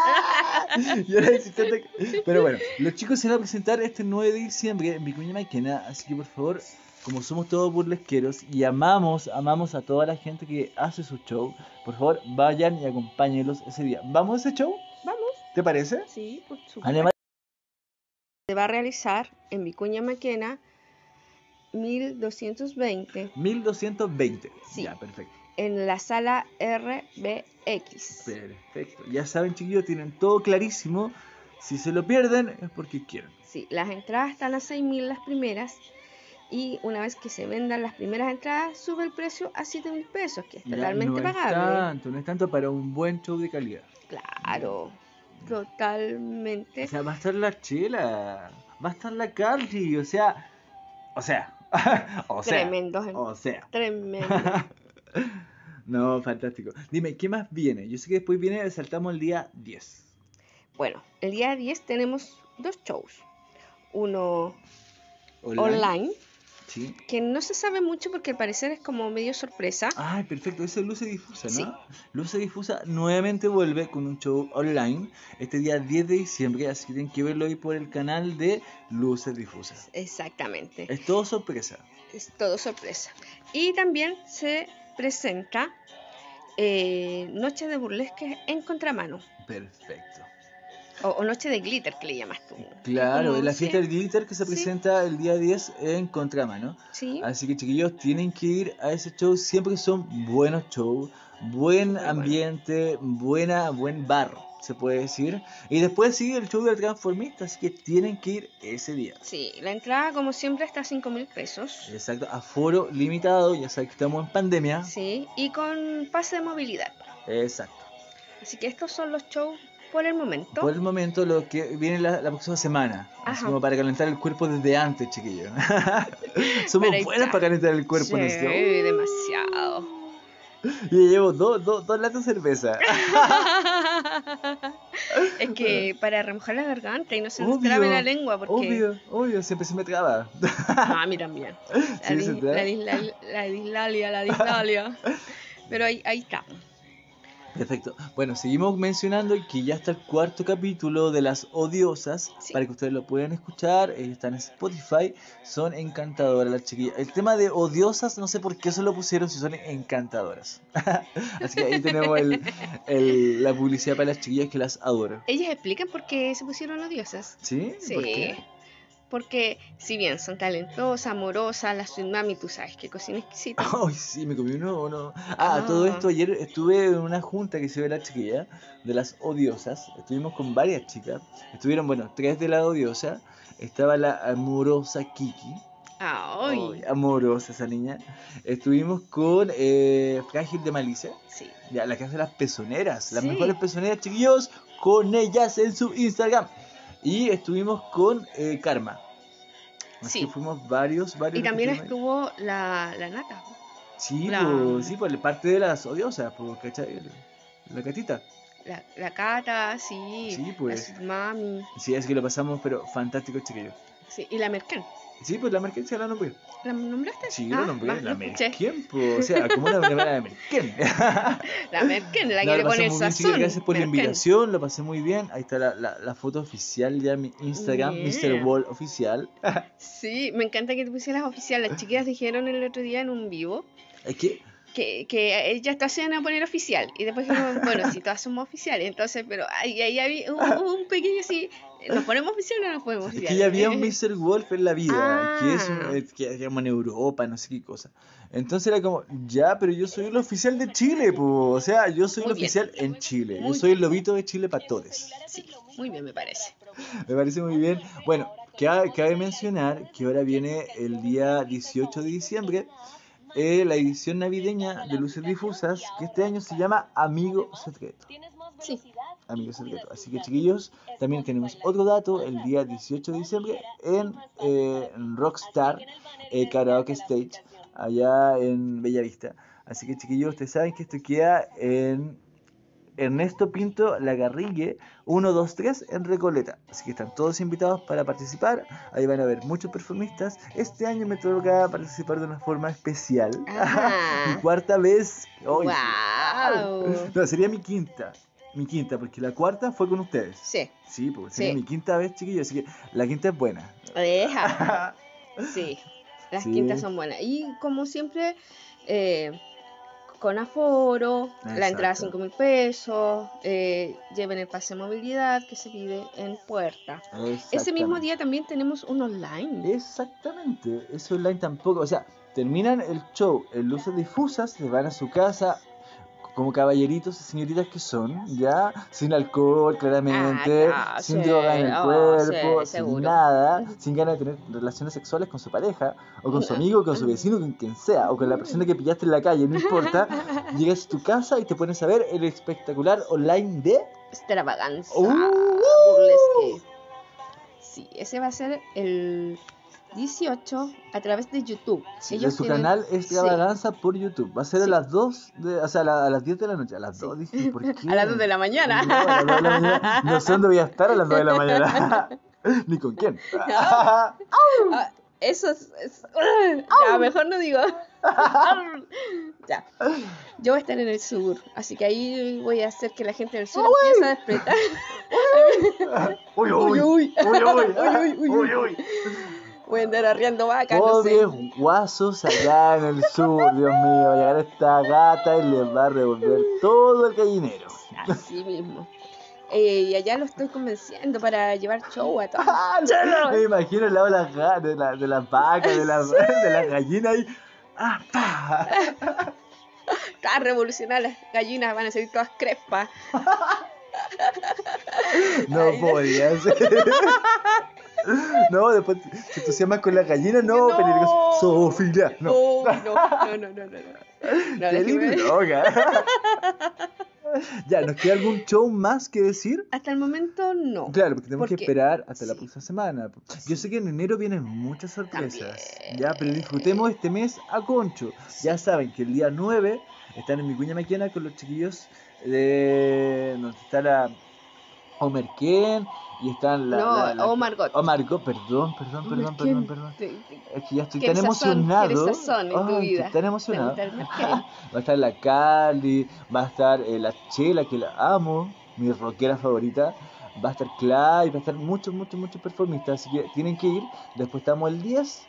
Speaker 1: Y ahora insistente- Pero bueno, los chicos se van a presentar este 9 de diciembre en Vicuña Maquena, así que por favor, como somos todos burlesqueros y amamos, amamos a toda la gente que hace su show, por favor, vayan y acompáñenlos ese día. ¿Vamos a ese show?
Speaker 2: Vamos.
Speaker 1: ¿Te parece?
Speaker 2: Sí, por supuesto.
Speaker 1: Además,
Speaker 2: Se va a realizar en Vicuña Maquena 1220
Speaker 1: 1220.
Speaker 2: Sí.
Speaker 1: Ya, perfecto.
Speaker 2: en la sala RBX.
Speaker 1: Perfecto. Ya saben, chiquillos, tienen todo clarísimo. Si se lo pierden es porque quieren.
Speaker 2: Sí, las entradas están a 6.000 las primeras y una vez que se vendan las primeras entradas sube el precio a 7.000 pesos, que es
Speaker 1: Ya,
Speaker 2: totalmente
Speaker 1: no Es
Speaker 2: pagable.
Speaker 1: tanto, no es tanto para un buen show de calidad.
Speaker 2: Claro, totalmente.
Speaker 1: O sea, va a estar la chela, va a estar la Carly, o sea, o sea, [laughs] o sea,
Speaker 2: tremendo, ¿eh? gen-
Speaker 1: o sea. [laughs]
Speaker 2: tremendo.
Speaker 1: No, fantástico. Dime, ¿qué más viene? Yo sé que después viene, saltamos el día 10.
Speaker 2: bueno, el día 10 tenemos dos shows. Uno online,
Speaker 1: Sí.
Speaker 2: que no se sabe mucho porque al parecer es como medio sorpresa.
Speaker 1: Ay, perfecto, eso es Luce Difusa, ¿no?
Speaker 2: Sí.
Speaker 1: Luce Difusa nuevamente vuelve con un show online este día 10 de diciembre, así que tienen que verlo hoy por el canal de Luces Difusas.
Speaker 2: Exactamente,
Speaker 1: Es todo sorpresa.
Speaker 2: es todo sorpresa. Y también se presenta eh, Noche de Burlesque en Contramano,
Speaker 1: Perfecto.
Speaker 2: o, o Noche de Glitter que le llamas tú.
Speaker 1: Claro,
Speaker 2: Como,
Speaker 1: es la
Speaker 2: sí,
Speaker 1: fiesta del glitter que se
Speaker 2: Sí.
Speaker 1: presenta el día 10 en Contramano.
Speaker 2: Sí,
Speaker 1: Así que chiquillos, tienen que ir a ese show. Siempre son buenos shows, buen
Speaker 2: bueno.
Speaker 1: ambiente, buena, buen bar, se puede decir. Y después sigue el show del transformista, así que tienen que ir ese día.
Speaker 2: sí, la entrada como siempre está a 5 mil pesos.
Speaker 1: Exacto, aforo limitado, ya sabes que estamos en pandemia.
Speaker 2: Sí, y con pase de movilidad.
Speaker 1: Exacto.
Speaker 2: Así que estos son los shows por el momento.
Speaker 1: Por el momento, lo que viene la, la próxima semana. Así
Speaker 2: Ajá.
Speaker 1: como para calentar el cuerpo desde antes, chiquillos. [laughs] Somos
Speaker 2: Pero ahí
Speaker 1: buenos
Speaker 2: está.
Speaker 1: para calentar el cuerpo en
Speaker 2: Sí,
Speaker 1: esto.
Speaker 2: demasiado.
Speaker 1: Yo llevo dos, dos, dos latas de cerveza.
Speaker 2: es que
Speaker 1: [laughs]
Speaker 2: para remojar la garganta y no [laughs] se nos
Speaker 1: Obvio,
Speaker 2: trabe la lengua, porque.
Speaker 1: Obvio, [laughs] obvio, siempre se me traba. [laughs]
Speaker 2: Ah, a mí también. La,
Speaker 1: Sí, se
Speaker 2: dis-
Speaker 1: te da.
Speaker 2: la, disla- la dislalia,
Speaker 1: [laughs]
Speaker 2: la dislalia. Pero ahí, ahí está.
Speaker 1: Perfecto. Bueno, seguimos mencionando que ya está el cuarto capítulo de Las Odiosas,
Speaker 2: Sí.
Speaker 1: para que ustedes lo puedan escuchar. Ellas están en Spotify, son encantadoras las chiquillas. El tema de Odiosas, no sé por qué se lo pusieron si son encantadoras. [laughs] Así que ahí tenemos el- el- la publicidad para las chiquillas que las adoro.
Speaker 2: Ellas explican por qué se pusieron odiosas.
Speaker 1: ¿Sí?
Speaker 2: Sí.
Speaker 1: ¿Por qué?
Speaker 2: Porque si bien son talentosas, amorosas, las Sweet Mami, tú sabes que cocina exquisita.
Speaker 1: [laughs] Ay, sí, me comí uno. uno. Ah,
Speaker 2: Ah.
Speaker 1: todo esto ayer estuve en una junta que se ve la chiquilla de las odiosas. Estuvimos con varias chicas. Estuvieron, bueno, tres de la odiosa. Estaba la amorosa Kiki.
Speaker 2: Ah, Ay,
Speaker 1: Ay, amorosa esa niña. Estuvimos con eh, Frágil de Malicia.
Speaker 2: sí.
Speaker 1: Ya, la que hace las pezoneras. Las
Speaker 2: Sí.
Speaker 1: mejores pezoneras, chiquillos. Con ellas en su Instagram. Y estuvimos con eh, Karma. Así
Speaker 2: Sí.
Speaker 1: que fuimos varios, varios.
Speaker 2: Y
Speaker 1: los que
Speaker 2: también
Speaker 1: estuvimos ahí.
Speaker 2: estuvo la, la nata.
Speaker 1: Sí,
Speaker 2: La-
Speaker 1: po, sí, por parte de las odiosas, por ¿cachai? La- La catita.
Speaker 2: La, la Cata, sí.
Speaker 1: Sí, pues.
Speaker 2: La Sweet Mami.
Speaker 1: Sí, es que lo pasamos, pero fantástico, chiquillo.
Speaker 2: Sí, y la Merken.
Speaker 1: Sí, pues la Merkel se la nombré.
Speaker 2: ¿La nombraste?
Speaker 1: Sí,
Speaker 2: Ah,
Speaker 1: la nombré.
Speaker 2: va,
Speaker 1: la
Speaker 2: lo escuché.
Speaker 1: Merkel, po, o sea, como una nombré la Merkel.
Speaker 2: [laughs] La Merken, la
Speaker 1: [laughs]
Speaker 2: que
Speaker 1: No,
Speaker 2: le
Speaker 1: lo pasé
Speaker 2: pone
Speaker 1: muy
Speaker 2: el
Speaker 1: bien,
Speaker 2: sazón.
Speaker 1: chiquillo, Gracias por la
Speaker 2: Merken.
Speaker 1: invitación, lo pasé muy bien. Ahí está la, la- la foto oficial ya, mi Instagram,
Speaker 2: Bien.
Speaker 1: Mr. Wall oficial.
Speaker 2: Sí, me encanta que te pusieras oficial. Las chicas dijeron el otro día en un vivo
Speaker 1: Es que
Speaker 2: que, que eh, ya está haciendo poner oficial. Y después
Speaker 1: [laughs]
Speaker 2: dijimos, bueno, si todas somos oficiales, entonces, pero ahí, ahí había un, un pequeño así, ¿nos ponemos oficial o no nos ponemos
Speaker 1: Es
Speaker 2: oficial?
Speaker 1: que ya había
Speaker 2: [laughs]
Speaker 1: un Mr. Wolf en la vida, que es un-
Speaker 2: Ah.
Speaker 1: eh, que llama en Europa, no sé qué cosa. Entonces era como, ya, pero yo soy el oficial de Chile, po. o sea, yo soy
Speaker 2: Muy
Speaker 1: el
Speaker 2: bien.
Speaker 1: oficial en Chile, yo
Speaker 2: Muy
Speaker 1: soy el lobito de Chile para todos.
Speaker 2: Sí, muy bien me parece.
Speaker 1: Me parece muy bien. Bueno, ca- cabe mencionar que ahora viene el día 18 de diciembre eh, la edición navideña de Luces Difusas, que este año se llama Amigo Secreto.
Speaker 2: Sí.
Speaker 1: Amigo Secreto. Así que chiquillos, también tenemos otro dato el día 18 de diciembre en eh, Rockstar eh, Karaoke Stage, allá en Bellavista. Así que chiquillos, ustedes saben que esto queda en Ernesto Pinto Lagarrigue 123 en Recoleta. Así que están todos invitados para participar. Ahí van a ver muchos performistas. Este año me toca participar de una forma especial.
Speaker 2: Ah.
Speaker 1: [laughs] Mi cuarta vez. hoy.
Speaker 2: Guau.
Speaker 1: [laughs] No, sería mi quinta. Mi quinta, porque la cuarta fue con ustedes.
Speaker 2: Sí,
Speaker 1: Sí, porque sería
Speaker 2: Sí.
Speaker 1: mi quinta vez, chiquillos. Así que la quinta es buena.
Speaker 2: deja. Sí, las
Speaker 1: Sí.
Speaker 2: quintas son buenas. Y como siempre, eh, con aforo, la entrada
Speaker 1: Exacto.
Speaker 2: 5 mil pesos, eh, lleven el pase de movilidad que se pide en puerta. Ese mismo día también tenemos un online.
Speaker 1: Eh. Exactamente, eso online tampoco. O sea, terminan el show en luces difusas, se van a su casa como caballeritos y señoritas que son, ya, sin alcohol claramente,
Speaker 2: Ah, no,
Speaker 1: sin
Speaker 2: sí,
Speaker 1: droga en el
Speaker 2: oh,
Speaker 1: cuerpo, sin
Speaker 2: sí, seguro.
Speaker 1: nada, sin ganas de tener relaciones sexuales con su pareja, o con su
Speaker 2: Mm.
Speaker 1: amigo, con su vecino, con quien sea, o con la persona que pillaste en la calle, no
Speaker 2: [laughs]
Speaker 1: importa. Llegas a tu casa y te pones a ver el espectacular online de...
Speaker 2: Extravaganza.
Speaker 1: Uh.
Speaker 2: burlesque. Sí, ese va a ser el 18 a través de YouTube.
Speaker 1: Sí, de
Speaker 2: Ellos
Speaker 1: su
Speaker 2: tienen-
Speaker 1: canal es
Speaker 2: sí.
Speaker 1: Extravaganza por YouTube. Va a ser a
Speaker 2: Sí.
Speaker 1: las 2, de, o sea, a, la- a las 10 de la noche. A las
Speaker 2: Sí.
Speaker 1: 2 dije, ¿por qué?
Speaker 2: [laughs] A las 2 de la mañana.
Speaker 1: No, a las 2 de la
Speaker 2: [laughs]
Speaker 1: mañana. No sé dónde voy a estar a las 2 de la mañana. [laughs] Ni con quién.
Speaker 2: Ah, eso es. es- ya, mejor
Speaker 1: [laughs]
Speaker 2: no digo. ya. Yo voy a estar en el sur, así que ahí voy a hacer que la gente del sur empiece a despertar.
Speaker 1: [laughs]
Speaker 2: [laughs]
Speaker 1: uy, uy, uy,
Speaker 2: Uy,
Speaker 1: uy,
Speaker 2: [laughs] uy.
Speaker 1: uy,
Speaker 2: Uy, uy, uy, uy. Voy a andar arriando vacas, no sé.
Speaker 1: Pobres guasos allá en el sur, Dios mío. Va a llegar esta gata y les va a revolver todo el
Speaker 2: [laughs]
Speaker 1: gallinero.
Speaker 2: Así mismo. Eh, y allá lo estoy convenciendo para llevar show a
Speaker 1: [laughs]
Speaker 2: todos.
Speaker 1: Me imagino el lado de las ga- de la- de las vacas, de
Speaker 2: [laughs]
Speaker 1: las de las gallinas y. ¡Ah, pa!
Speaker 2: Todas revolucionarias, las gallinas van a salir todas crespas.
Speaker 1: No
Speaker 2: Ay,
Speaker 1: podías. no, después se entusiasmas con la gallina, no,
Speaker 2: No. Oh,
Speaker 1: peligroso. Zoofilia, no.
Speaker 2: No, no, no, no, no.
Speaker 1: [laughs]
Speaker 2: no, no. No,
Speaker 1: Te
Speaker 2: déjeme-
Speaker 1: di droga. [laughs] ya, ¿nos queda algún show más que decir?
Speaker 2: Hasta el momento no.
Speaker 1: Claro, porque tenemos que
Speaker 2: Porque-
Speaker 1: esperar hasta la
Speaker 2: sí.
Speaker 1: próxima semana. Yo sé que en enero vienen muchas sorpresas.
Speaker 2: También.
Speaker 1: Ya, pero disfrutemos este mes a concho. Ya saben que el día 9 están en mi cuña maquena con los chiquillos de. donde está la Homer Ken y están la.
Speaker 2: no,
Speaker 1: la- la-
Speaker 2: oh Margot.
Speaker 1: Oh, Margot, perdón, perdón,
Speaker 2: Homer
Speaker 1: perdón,
Speaker 2: Ken.
Speaker 1: perdón, perdón.
Speaker 2: Te- te-
Speaker 1: Es que ya estoy tan
Speaker 2: Quieres sazón,
Speaker 1: emocionado.
Speaker 2: quieres sazón en tu
Speaker 1: Ay,
Speaker 2: vida.
Speaker 1: Estoy tan emocionado.
Speaker 2: Pregunta al
Speaker 1: [laughs]
Speaker 2: Marqués.
Speaker 1: Va a estar la Cali, va a estar eh, la Chela, que la amo, mi rockera favorita. Va a estar Clyde, va a estar muchos, muchos, muchos performistas. Así que tienen que ir. Después estamos el 10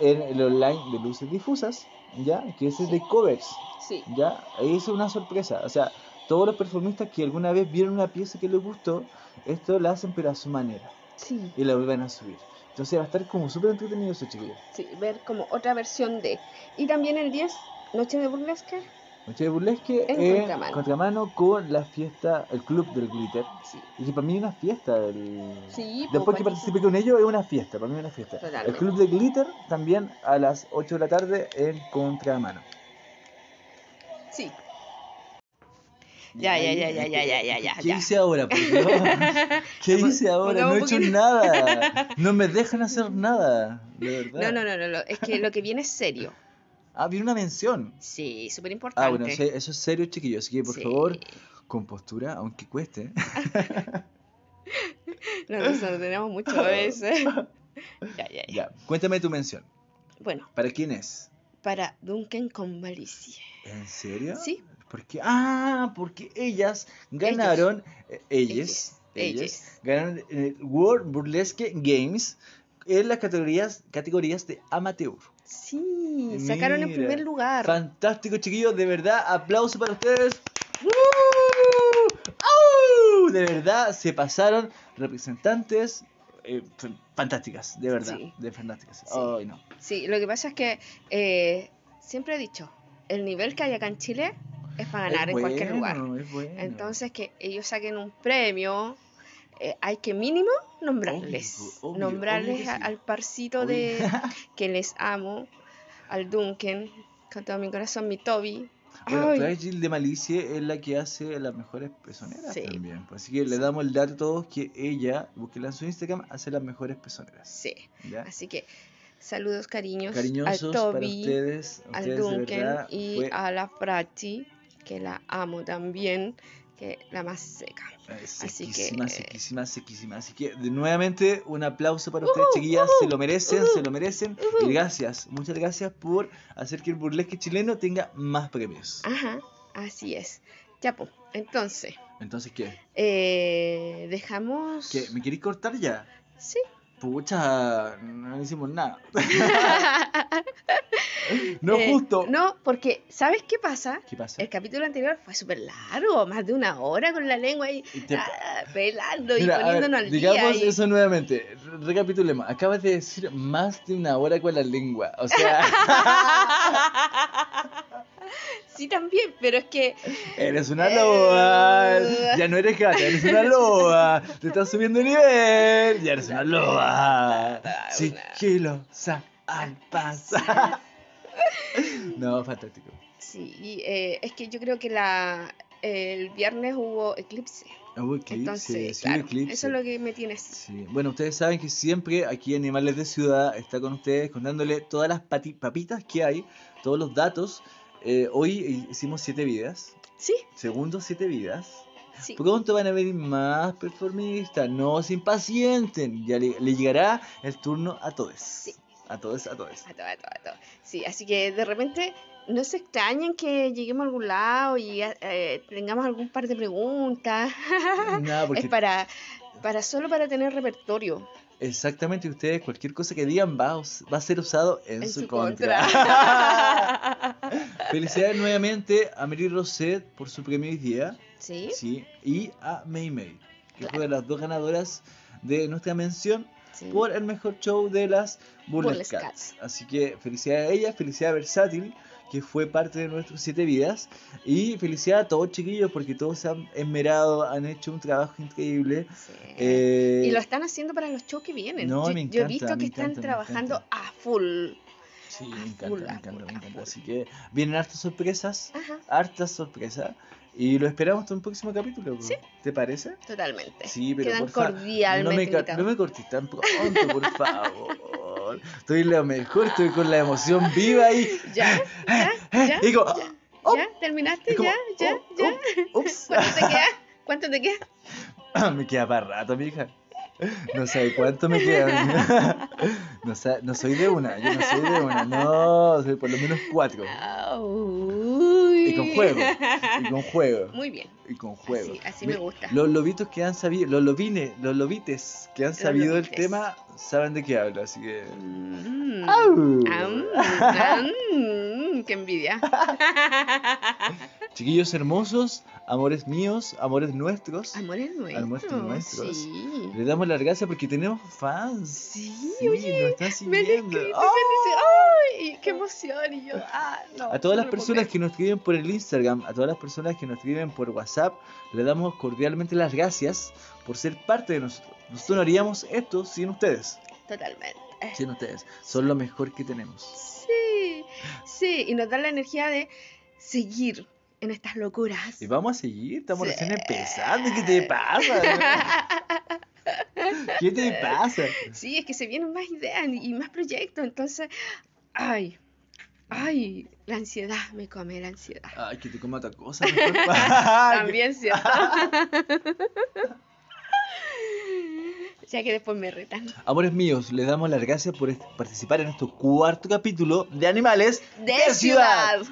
Speaker 1: en el online de Luces Difusas, ¿ya? Que ese es de covers,
Speaker 2: Sí,
Speaker 1: ¿ya? Ahí es una sorpresa. O sea, todos los performistas que alguna vez vieron una pieza que les gustó, esto la hacen pero a su manera
Speaker 2: sí,
Speaker 1: y la vuelven a subir. Entonces va a estar como súper entretenido ese chiquillo.
Speaker 2: sí, ver como otra versión de. Y también el 10, Noche de Burlesque.
Speaker 1: Noche de burlesque
Speaker 2: En
Speaker 1: en
Speaker 2: Contramano.
Speaker 1: contramano con la fiesta, el club del glitter.
Speaker 2: Sí,
Speaker 1: Y que para mí es una fiesta. el-
Speaker 2: Sí, pues,
Speaker 1: Después que
Speaker 2: para-
Speaker 1: participé con ellos es una fiesta, para mí es una fiesta.
Speaker 2: Totalmente.
Speaker 1: El club del glitter también a las 8 de la tarde en contramano.
Speaker 2: sí. Ya, ya, ya, ya, ya, ya, ya, ya,
Speaker 1: ¿Qué
Speaker 2: ya.
Speaker 1: hice ahora? por
Speaker 2: [laughs]
Speaker 1: Dios? ¿Qué hice ahora? No
Speaker 2: Pongamos
Speaker 1: he
Speaker 2: un
Speaker 1: hecho
Speaker 2: poquito. [laughs]
Speaker 1: nada. No me dejan hacer nada. De verdad.
Speaker 2: No, no, no, no, no, es que lo que viene es serio.
Speaker 1: Ah, viene una mención.
Speaker 2: Sí, súper importante.
Speaker 1: Ah, bueno, se- eso es serio, chiquillos. Así que por
Speaker 2: Sí.
Speaker 1: favor, con postura, aunque cueste.
Speaker 2: No, nos ordenamos mucho a
Speaker 1: [laughs]
Speaker 2: veces. ya, ya, ya.
Speaker 1: ya, cuéntame tu mención.
Speaker 2: Bueno,
Speaker 1: ¿Para quién es?
Speaker 2: para Duncan con Malicia.
Speaker 1: ¿En serio?
Speaker 2: Sí.
Speaker 1: Porque, ah, porque ellas ganaron, eh, ellas, ellas,
Speaker 2: Ellas, ellas.
Speaker 1: ganaron eh, el World Burlesque Games en las categorías, categorías de amateur.
Speaker 2: Sí, sacaron en
Speaker 1: Mira.
Speaker 2: primer lugar.
Speaker 1: Fantástico, chiquillos, de verdad, aplauso para ustedes. ¡Uh! ¡Au! De verdad, se pasaron representantes eh, f- fantásticas, de verdad,
Speaker 2: Sí.
Speaker 1: de fantásticas. Ay,
Speaker 2: Sí.
Speaker 1: no.
Speaker 2: Sí, lo que pasa es que eh, siempre he dicho, el nivel que hay acá en Chile es para ganar
Speaker 1: Es
Speaker 2: en cualquier
Speaker 1: bueno,
Speaker 2: lugar.
Speaker 1: es bueno.
Speaker 2: Entonces que ellos saquen un premio, eh, hay que mínimo nombrarles,
Speaker 1: Obvio, obvio,
Speaker 2: nombrarles
Speaker 1: obvio que
Speaker 2: a-
Speaker 1: sí.
Speaker 2: al parcito
Speaker 1: Oye,
Speaker 2: de
Speaker 1: [laughs]
Speaker 2: que les amo, al Duncan, con todo mi corazón, mi Toby.
Speaker 1: Bueno,
Speaker 2: Ay,
Speaker 1: Fray Gil de Malicie es la que hace las mejores pezoneras
Speaker 2: Sí.
Speaker 1: también. pues, así que le damos el dato a todos que ella, búsquela en su Instagram, hace las mejores pezoneras.
Speaker 2: sí.
Speaker 1: ¿ya?
Speaker 2: Así que saludos cariños
Speaker 1: Cariñosos
Speaker 2: al
Speaker 1: para
Speaker 2: Toby,
Speaker 1: ustedes, a
Speaker 2: al
Speaker 1: ustedes de
Speaker 2: Duncan
Speaker 1: verdad.
Speaker 2: y
Speaker 1: fue-
Speaker 2: a la Prati, que la amo también, que la más seca.
Speaker 1: Eh,
Speaker 2: Así que-
Speaker 1: Sequísima, sequísima, sequísima. Así que, de- nuevamente, un aplauso para
Speaker 2: Uh-huh,
Speaker 1: ustedes, chiquillas. se lo merecen, se lo merecen. Y gracias, muchas gracias por hacer que el burlesque chileno tenga más premios.
Speaker 2: Ajá, así es. Ya, pues, entonces,
Speaker 1: Entonces, ¿qué?
Speaker 2: eh, dejamos...
Speaker 1: ¿Qué? ¿Me queréis cortar ya?
Speaker 2: Sí.
Speaker 1: Pucha, no hicimos
Speaker 2: [laughs]
Speaker 1: nada. no
Speaker 2: Eh,
Speaker 1: justo.
Speaker 2: No, porque ¿sabes qué pasa?
Speaker 1: ¿Qué pasa?
Speaker 2: El capítulo anterior fue súper largo, más de una hora con la lengua ahí
Speaker 1: Y te-
Speaker 2: ah, pelando
Speaker 1: Mira,
Speaker 2: y
Speaker 1: a ver,
Speaker 2: poniéndonos al día.
Speaker 1: digamos
Speaker 2: y-
Speaker 1: eso nuevamente. Re- Recapitulemos. Acabas de decir más de una hora con la lengua. O
Speaker 2: [laughs]
Speaker 1: sea,
Speaker 2: Sí, también, pero es que
Speaker 1: eres una loba.
Speaker 2: Eh.
Speaker 1: Ya no eres gata, eres una loba. Te estás subiendo el nivel. Ya eres una loba. Sigilosa al
Speaker 2: [laughs]
Speaker 1: pasar. No, fantástico.
Speaker 2: sí, y, eh, es que yo creo que la el viernes hubo eclipse.
Speaker 1: Hubo eclipse,
Speaker 2: Entonces,
Speaker 1: sí,
Speaker 2: claro,
Speaker 1: eclipse.
Speaker 2: eso es lo que me tiene así.
Speaker 1: Sí, Bueno, ustedes saben que siempre aquí Animales de Ciudad está con ustedes contándole todas las pati- papitas que hay, todos los datos. Eh, hoy hicimos siete vidas,
Speaker 2: Sí,
Speaker 1: segundos siete vidas.
Speaker 2: sí.
Speaker 1: Pronto van a venir más performistas, no se impacienten, ya le, le llegará el turno a todos.
Speaker 2: Sí.
Speaker 1: A todos, a todos.
Speaker 2: A todo, a todo, a todo. Sí, así que de repente no se extrañen que lleguemos a algún lado y eh, tengamos algún par de preguntas.
Speaker 1: Nada, porque
Speaker 2: Ah, Es para, para solo para tener repertorio.
Speaker 1: exactamente ustedes, cualquier cosa que digan va, a us- va a ser usado en,
Speaker 2: En
Speaker 1: su,
Speaker 2: su
Speaker 1: contra. [laughs] Felicidades nuevamente a Mary Roset por su primer día.
Speaker 2: ¿Sí?
Speaker 1: Sí, y a Mei Mei, que fueron las dos ganadoras de nuestra mención
Speaker 2: sí.
Speaker 1: por el mejor show de las Burlesque
Speaker 2: Burlesque
Speaker 1: Cats. Así que felicidades a ella, felicidades a Versátil, que fue parte de nuestros siete vidas, y felicidades a todos chiquillos, porque todos se han esmerado, han hecho un trabajo increíble.
Speaker 2: Sí.
Speaker 1: Eh,
Speaker 2: y lo están haciendo para los shows que vienen.
Speaker 1: no,
Speaker 2: yo,
Speaker 1: me
Speaker 2: yo he
Speaker 1: encanta,
Speaker 2: visto
Speaker 1: me
Speaker 2: que están
Speaker 1: encanta, me
Speaker 2: trabajando
Speaker 1: encanta.
Speaker 2: a full.
Speaker 1: sí, me
Speaker 2: a
Speaker 1: encanta,
Speaker 2: full,
Speaker 1: me
Speaker 2: a
Speaker 1: encanta, me
Speaker 2: full, a
Speaker 1: encanta.
Speaker 2: full.
Speaker 1: Así que vienen hartas sorpresas,
Speaker 2: Ajá,
Speaker 1: hartas sorpresas, y lo esperamos hasta un próximo capítulo.
Speaker 2: Sí.
Speaker 1: ¿Te parece?
Speaker 2: totalmente.
Speaker 1: Sí, pero
Speaker 2: Este, Quedan
Speaker 1: porfa, no me,
Speaker 2: cordialmente
Speaker 1: ca-
Speaker 2: invitados.
Speaker 1: no me cortes tan pronto, por favor. Estoy lo mejor, estoy con la emoción viva ahí. [laughs]
Speaker 2: ¿Ya? ¿Ya? [laughs] ¿Ya?
Speaker 1: Y digo, Eh, oh,
Speaker 2: ¿Ya? ¿Terminaste?
Speaker 1: es como,
Speaker 2: ¿Ya? ¿Ya?
Speaker 1: oh,
Speaker 2: ¿Ya?
Speaker 1: oh, [laughs]
Speaker 2: [laughs]
Speaker 1: ups.
Speaker 2: ¿Cuánto te queda? ¿Cuánto
Speaker 1: [laughs]
Speaker 2: te queda?
Speaker 1: me queda para rato, mija. No sé cuánto me queda. [laughs] mija. No, sa- no soy de una, yo no soy de una. No, soy por lo menos cuatro.
Speaker 2: Uy.
Speaker 1: Y con juego. Y con juego.
Speaker 2: Muy bien.
Speaker 1: Y con juego.
Speaker 2: Así- así
Speaker 1: Mi-
Speaker 2: me gusta.
Speaker 1: Los lobitos que han sabido, los lobines, los lobites que han sabido el
Speaker 2: lobites.
Speaker 1: tema, saben de qué hablo, así que.
Speaker 2: Mm.
Speaker 1: ¡Au!
Speaker 2: Am, am, ¡Qué envidia!
Speaker 1: Chiquillos hermosos, amores míos, amores nuestros.
Speaker 2: Amores nuestros.
Speaker 1: nuestros.
Speaker 2: Sí.
Speaker 1: Les damos las gracias porque tenemos fans.
Speaker 2: Sí,
Speaker 1: nos
Speaker 2: oye,
Speaker 1: están
Speaker 2: Me han
Speaker 1: siguiendo.
Speaker 2: escrito y me
Speaker 1: ¡Oh!
Speaker 2: dicen, ¡ay! ¡Qué emoción! Y yo, ¡ah! No,
Speaker 1: A todas
Speaker 2: no
Speaker 1: las
Speaker 2: lo puedo
Speaker 1: personas
Speaker 2: creer.
Speaker 1: que nos escriben por el Instagram, a todas las personas que nos escriben por WhatsApp, les damos cordialmente las gracias por ser parte de nosotros. Nosotros no haríamos esto sin ustedes.
Speaker 2: Totalmente.
Speaker 1: Sin ustedes. Son lo mejor que tenemos.
Speaker 2: Sí, sí, y nos da la energía de seguir en estas locuras.
Speaker 1: Y vamos a seguir, estamos
Speaker 2: Sí.
Speaker 1: recién empezando. ¿Qué te
Speaker 2: [laughs]
Speaker 1: pasa? ¿Qué te pasa?
Speaker 2: Sí, es que se vienen más ideas y más proyectos, entonces, ay, ay, la ansiedad me come, la ansiedad.
Speaker 1: Ay, que te coma otra cosa.
Speaker 2: [laughs]
Speaker 1: mejor. Ay, [laughs]
Speaker 2: También, ¿cierto? ya que después me retan.
Speaker 1: Amores míos, les damos las gracias por est- participar en nuestro cuarto capítulo de Animales
Speaker 2: De ciudad.